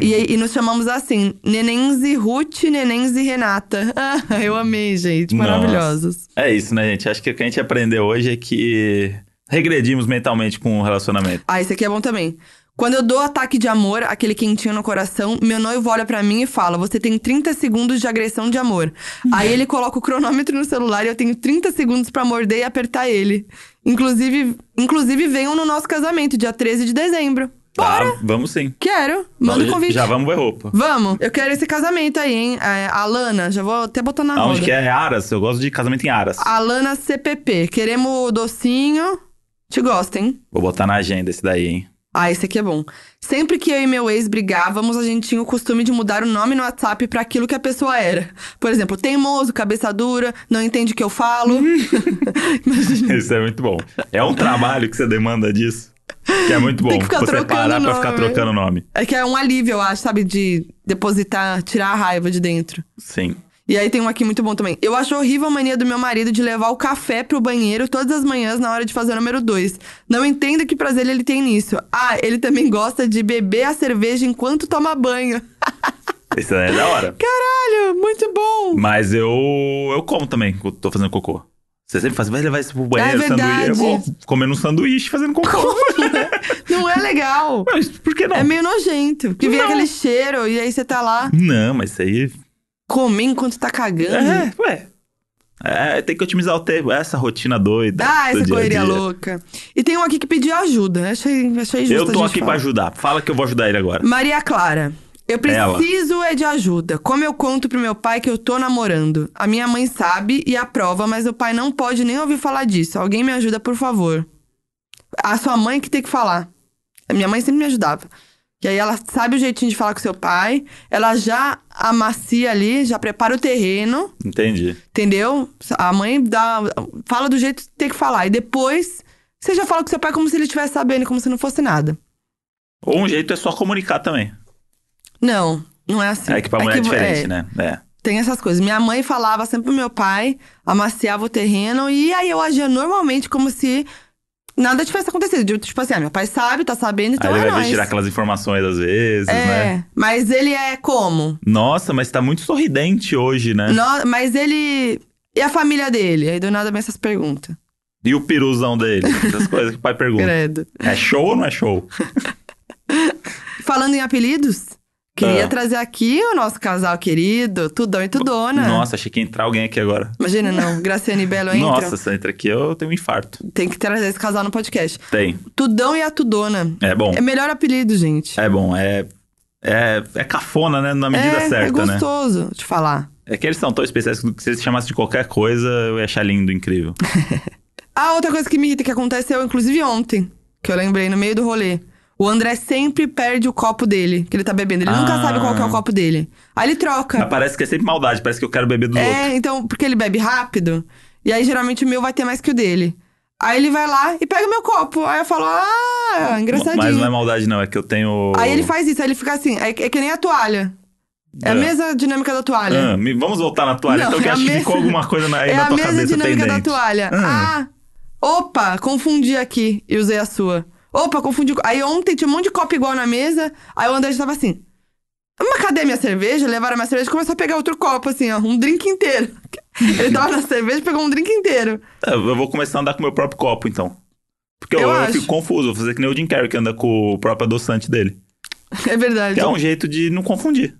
S2: e, e nos chamamos assim: Nenenzi Ruth, Nenenzi Renata. *laughs* Ah, eu amei, gente.
S1: Nossa.
S2: Maravilhosos.
S1: É isso, né, gente? Acho que o que a gente aprendeu hoje é que regredimos mentalmente com o relacionamento.
S2: Ah, esse aqui é bom também. Quando eu dou ataque de amor, aquele quentinho no coração, meu noivo olha pra mim e fala: Você tem 30 segundos de agressão de amor. Aí ele coloca o cronômetro no celular e eu tenho 30 segundos pra morder e apertar ele. Inclusive, inclusive venham no nosso casamento, dia 13 de dezembro. Bora!
S1: Tá, vamos sim.
S2: Quero! Manda o
S1: Já-
S2: convite.
S1: Já vamos ver roupa.
S2: Vamos! Eu quero esse casamento aí, hein? É, Alana, já vou até botar na
S1: Aonde
S2: roda.
S1: que é? Aras? Eu gosto de casamento em Aras.
S2: Alana CPP. Queremos docinho. Te gosta, hein?
S1: Vou botar na agenda esse daí, hein? *laughs*
S2: Ah, esse aqui é bom. Sempre que eu e meu ex brigávamos, a gente tinha o costume de mudar o nome no WhatsApp pra aquilo que a pessoa era. Por exemplo, teimoso, cabeça dura, não entende o que eu falo. Imagina.
S1: Isso é muito bom. É um trabalho que você demanda disso. Que é muito bom.
S2: Tem que ficar
S1: você
S2: trocando
S1: parar pra ficar
S2: nome.
S1: trocando nome.
S2: É que é um alívio, eu acho, sabe? De depositar, tirar a raiva de dentro.
S1: Sim.
S2: E aí tem um aqui muito bom também. Eu acho horrível a mania do meu marido de levar o café pro banheiro todas as manhãs na hora de fazer o número 2. Não entendo que prazer ele tem nisso. Ah, ele também gosta de beber a cerveja enquanto toma banho.
S1: Esse daí é da
S2: *laughs*
S1: hora.
S2: Caralho, muito bom!
S1: Mas eu, eu como também, quando tô fazendo cocô. Você sempre faz, vai levar isso pro banheiro,
S2: É
S1: sanduíche. Eu
S2: verdade.
S1: vou comendo um sanduíche fazendo cocô.
S2: Não é legal.
S1: Mas por que não?
S2: É meio nojento. Porque vem
S1: Não.
S2: aquele cheiro e aí você tá lá
S1: Não, mas isso aí.
S2: comendo enquanto tá cagando.
S1: É, ué. É, tem que otimizar o tempo. Essa rotina doida.
S2: Ah,
S1: do
S2: essa
S1: dia a
S2: correria
S1: dia.
S2: louca. E tem um aqui que pediu ajuda. Achei, achei justo.
S1: Eu tô
S2: a gente
S1: aqui pra
S2: falar.
S1: ajudar. Fala que eu vou ajudar ele agora.
S2: Maria Clara. Eu
S1: Ela.
S2: preciso é de ajuda. Como eu conto pro meu pai que eu tô namorando? A minha mãe sabe e aprova, mas o pai não pode nem ouvir falar disso. Alguém me ajuda, por favor. A sua mãe que tem que falar. A minha mãe sempre me ajudava. E aí ela sabe o jeitinho de falar com seu pai. Ela já amacia ali, já prepara o terreno,
S1: Entendi.
S2: entendeu? A mãe dá, fala do jeito que tem que falar. E depois você já fala com seu pai como se ele estivesse sabendo, como se não fosse nada.
S1: Ou um jeito é só comunicar também.
S2: Não, não é assim.
S1: É que pra mulher é
S2: vo-
S1: diferente,
S2: é,
S1: né? É.
S2: Tem essas coisas. Minha mãe falava sempre pro meu pai, amaciava o terreno, e aí eu agia normalmente como se nada tivesse acontecido. De- Tipo assim, ah, meu pai sabe, tá sabendo, então
S1: Aí ele
S2: é
S1: vai
S2: nóis.
S1: vir tirar aquelas informações às vezes,
S2: é,
S1: né?
S2: mas ele é como?
S1: Nossa, mas tá muito sorridente hoje, né?
S2: No- mas ele. E a família dele? Aí do nada vem essas perguntas.
S1: E o piruzão dele? Essas coisas que o pai
S2: *laughs*
S1: pergunta.
S2: Credo.
S1: É show ou não é show?
S2: Falando em apelidos, queria
S1: Ah.
S2: trazer aqui o nosso casal querido, Tudão e Tudona.
S1: Nossa, achei que ia entrar alguém aqui agora.
S2: Imagina, não. Graciane
S1: *laughs*
S2: e Belo entram.
S1: Nossa, se entra aqui, eu tenho um infarto.
S2: Tem que trazer esse casal no podcast.
S1: Tem.
S2: Tudão e a Tudona.
S1: É bom.
S2: É melhor apelido, gente.
S1: É bom. É, é, é cafona, né? Na medida
S2: é, é
S1: certa, né?
S2: gostoso de falar.
S1: É que eles são tão especiais que se eles chamassem de qualquer coisa, eu ia achar lindo,
S2: *laughs*
S1: incrível.
S2: Ah, outra coisa que me irrita que aconteceu, inclusive ontem, que eu lembrei no meio do rolê. O André sempre perde o copo dele, que ele tá bebendo. Ele
S1: Ah.
S2: nunca sabe qual que é o copo dele. Aí ele troca.
S1: Mas parece que é sempre maldade, parece que eu quero beber do outro.
S2: É, então, porque ele bebe rápido. E aí, geralmente, o meu vai ter mais que o dele. Aí ele vai lá e pega o meu copo. Aí eu falo, ah, engraçadinho.
S1: Mas não é maldade, não. É que eu tenho.
S2: Aí ele faz isso, aí ele fica assim. É, é que nem a toalha. É, a
S1: É.
S2: mesma dinâmica da toalha.
S1: Ah, me- vamos voltar na toalha,
S2: Não,
S1: então, que
S2: é
S1: acho
S2: a
S1: que
S2: mesma-
S1: ficou alguma coisa na, aí
S2: *laughs* é
S1: na
S2: a
S1: tua
S2: mesma
S1: cabeça
S2: dinâmica da
S1: pendente.
S2: toalha.
S1: Ah.
S2: Ah. opa, confundi aqui e usei a sua. Opa, confundi. com- Aí ontem tinha um monte de copo igual na mesa, aí o André já tava assim. Mas cadê minha cerveja? Levaram minha cerveja e começou a pegar outro copo, assim, ó, um drink inteiro. *laughs* Ele tava na cerveja e pegou um drink inteiro.
S1: É, Eu vou começar a andar com o meu próprio copo, então. Porque eu,
S2: Eu
S1: eu
S2: acho.
S1: fico confuso, vou fazer que nem o Jim Carrey que anda com o próprio adoçante dele.
S2: É verdade.
S1: Que é um jeito de não
S2: *laughs*
S1: confundir.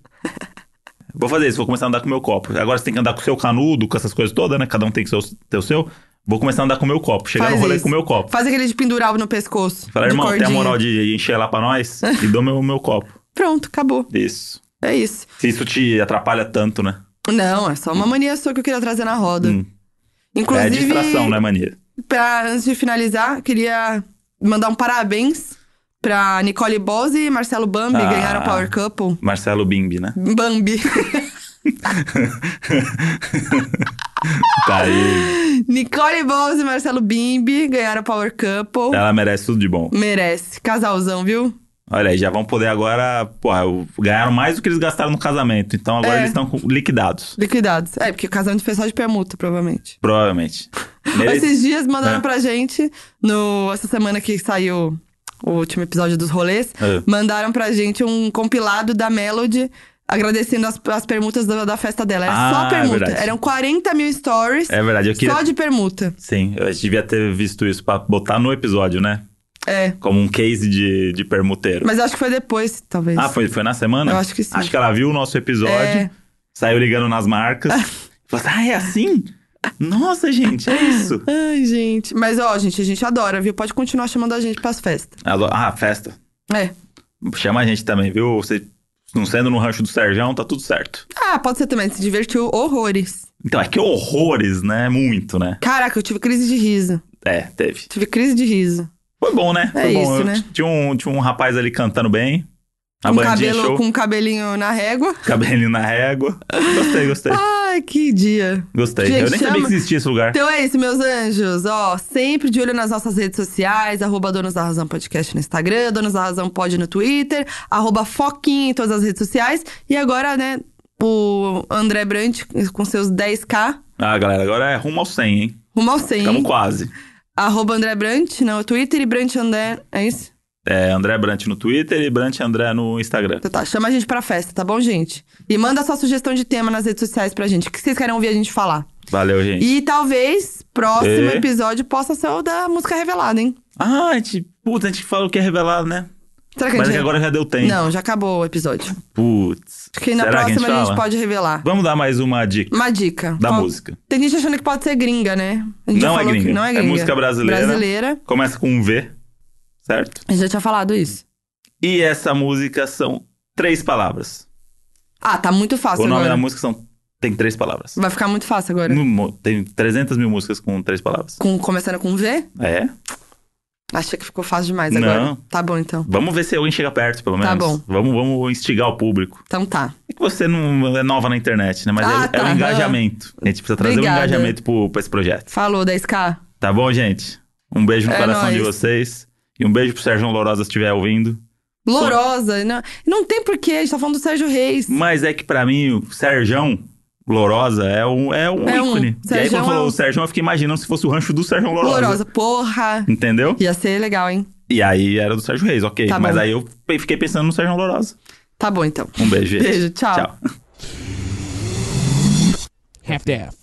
S1: Vou fazer isso, vou começar a andar com o meu copo. Agora você tem que andar com o seu canudo, com essas coisas todas, né? Cada um tem que seu- ter o seu. Vou começar a andar com o meu copo. Chegar
S2: Faz
S1: no rolê
S2: isso.
S1: com o meu copo.
S2: Faz aquele de pendurar no pescoço.
S1: Fala,
S2: de
S1: irmão,
S2: cordinha.
S1: tem a moral de encher lá pra nós? e dou meu, meu copo.
S2: Pronto, acabou.
S1: Isso.
S2: É isso.
S1: Se isso te atrapalha tanto, né?
S2: Não, é só uma mania sua que eu queria trazer na roda.
S1: Hum.
S2: Inclusive,
S1: É distração, né, mania?
S2: Pra, antes de finalizar, queria mandar um parabéns pra Nicole Bose e Marcelo Bambi,
S1: Ah.
S2: ganharam o Power Couple.
S1: Marcelo Bimbi, né?
S2: Bambi. *laughs*
S1: Tá aí.
S2: Nicole Bose e Marcelo Bimbi ganharam o Power Couple.
S1: Ela merece tudo de bom.
S2: Merece. Casalzão, viu?
S1: Olha aí, já vão poder agora. Porra, ganharam mais do que eles gastaram no casamento. Então agora
S2: É.
S1: eles estão com- liquidados.
S2: Liquidados. É, porque o casamento foi só de permuta, provavelmente.
S1: Provavelmente. Mere-
S2: Esses dias mandaram
S1: É.
S2: pra gente, no, essa semana que saiu o último episódio dos rolês,
S1: É.
S2: mandaram pra gente um compilado da Melody agradecendo as, as permutas da, da festa dela. Era
S1: Ah, é
S2: só permuta.
S1: verdade.
S2: Eram 40 mil stories
S1: É verdade, eu queria.
S2: só de permuta.
S1: Sim, eu devia ter visto isso pra botar no episódio, né?
S2: É.
S1: Como um case de, de permuteiro.
S2: Mas acho que foi depois, talvez.
S1: Ah, foi, foi na semana?
S2: Eu acho que sim.
S1: Acho que ela viu o nosso episódio,
S2: É.
S1: saiu ligando nas marcas.
S2: *laughs*
S1: falou assim, ah, é assim? Nossa, gente, é isso.
S2: Ai, gente. Mas ó, gente, a gente adora, viu? Pode continuar chamando a gente pras festas.
S1: Ela, ah, festa.
S2: É.
S1: Chama a gente também, viu? Você não sendo no rancho do Serjão, tá tudo certo.
S2: Ah, pode ser também. Se divertiu horrores.
S1: Então, é que horrores, né? Muito, né?
S2: Caraca, eu tive crise de riso.
S1: É, teve.
S2: Tive crise de riso.
S1: Foi bom, né?
S2: É
S1: Foi bom.
S2: isso,
S1: Eu-
S2: né?
S1: Tinha um, tinha um rapaz ali cantando bem. A
S2: com
S1: bandinha
S2: cabelo,
S1: show.
S2: com um cabelinho na régua.
S1: Cabelinho na régua. Gostei,
S2: *laughs*
S1: gostei.
S2: Ai, que dia.
S1: Gostei.
S2: Gente,
S1: eu nem sabia
S2: chama-
S1: que existia esse lugar.
S2: Então é isso, meus anjos. Ó, sempre de olho nas nossas redes sociais, arroba Donos da Razão Podcast no Instagram, Donos da Razão Pod no Twitter, arroba Foquinha em todas as redes sociais. E agora, né, o André Brant com seus 10k,
S1: Ah, galera, agora é rumo ao 100, hein?
S2: rumo ao 100.
S1: Estamos quase.
S2: Arroba André Brant no Twitter e Brant André, é isso?
S1: É André Brant no Twitter e Brant André no Instagram.
S2: Então tá, chama a gente pra festa, tá bom, gente? E manda sua sugestão de tema nas redes sociais pra gente, o que vocês querem ouvir a gente falar.
S1: Valeu, gente.
S2: E talvez, próximo
S1: E?
S2: episódio possa ser o da música revelada, hein?
S1: Ah, a gente... Puta, a gente falou que é revelado, né?
S2: Será que
S1: Mas é
S2: a
S1: que
S2: gente...
S1: agora já deu tempo.
S2: Não, já acabou o episódio.
S1: Putz.
S2: Acho que na
S1: Será
S2: próxima
S1: que
S2: a, gente
S1: fala?
S2: pode revelar.
S1: Vamos dar mais uma dica
S2: Uma dica.
S1: da
S2: Qual-
S1: música.
S2: Tem gente achando que pode ser gringa, né? A gente já
S1: Não é
S2: falou que
S1: gringa.
S2: Não é
S1: É
S2: gringa.
S1: música brasileira.
S2: Brasileira.
S1: Começa com um V, certo?
S2: A gente já tinha falado isso.
S1: E essa música são três palavras.
S2: Ah, tá muito fácil
S1: o nome
S2: agora.
S1: da música são... tem três palavras.
S2: Vai ficar muito fácil agora.
S1: No mo- Tem 300 mil músicas com três palavras.
S2: Com, começando com V?
S1: É?
S2: Achei que ficou fácil demais
S1: Não.
S2: agora. Tá bom, então.
S1: Vamos ver se alguém chega perto, pelo menos.
S2: Tá bom.
S1: Vamos, vamos instigar o público.
S2: Então tá.
S1: É que você não é nova na internet, né? Mas
S2: Ah,
S1: é,
S2: tá,
S1: é o
S2: aham.
S1: engajamento. A gente precisa trazer
S2: Obrigada.
S1: um engajamento pro, pra esse projeto.
S2: Falou, 10K.
S1: Tá bom, gente? Um beijo no
S2: É
S1: coração de
S2: nóis.
S1: vocês. E um beijo pro Sérgio Lourosa se estiver ouvindo.
S2: Lourosa. Não, não tem porquê, a gente tá falando do Sérgio Reis.
S1: Mas é que pra mim, o Sérgio Lourosa é um, é um
S2: É um.
S1: ícone. E aí,
S2: Sérgio
S1: quando
S2: é
S1: falou
S2: um-
S1: o Sérgio, eu fiquei imaginando se fosse o rancho do Sérgio Lourosa.
S2: Lourosa, porra.
S1: Entendeu?
S2: Ia ser legal, hein?
S1: E aí era do Sérgio Reis, ok.
S2: Tá
S1: Mas
S2: bom.
S1: aí eu fiquei pensando no Sérgio Lourosa.
S2: Tá bom, então.
S1: Um beijo, gente.
S2: Beijo, tchau.
S1: Tchau.
S5: half-daff.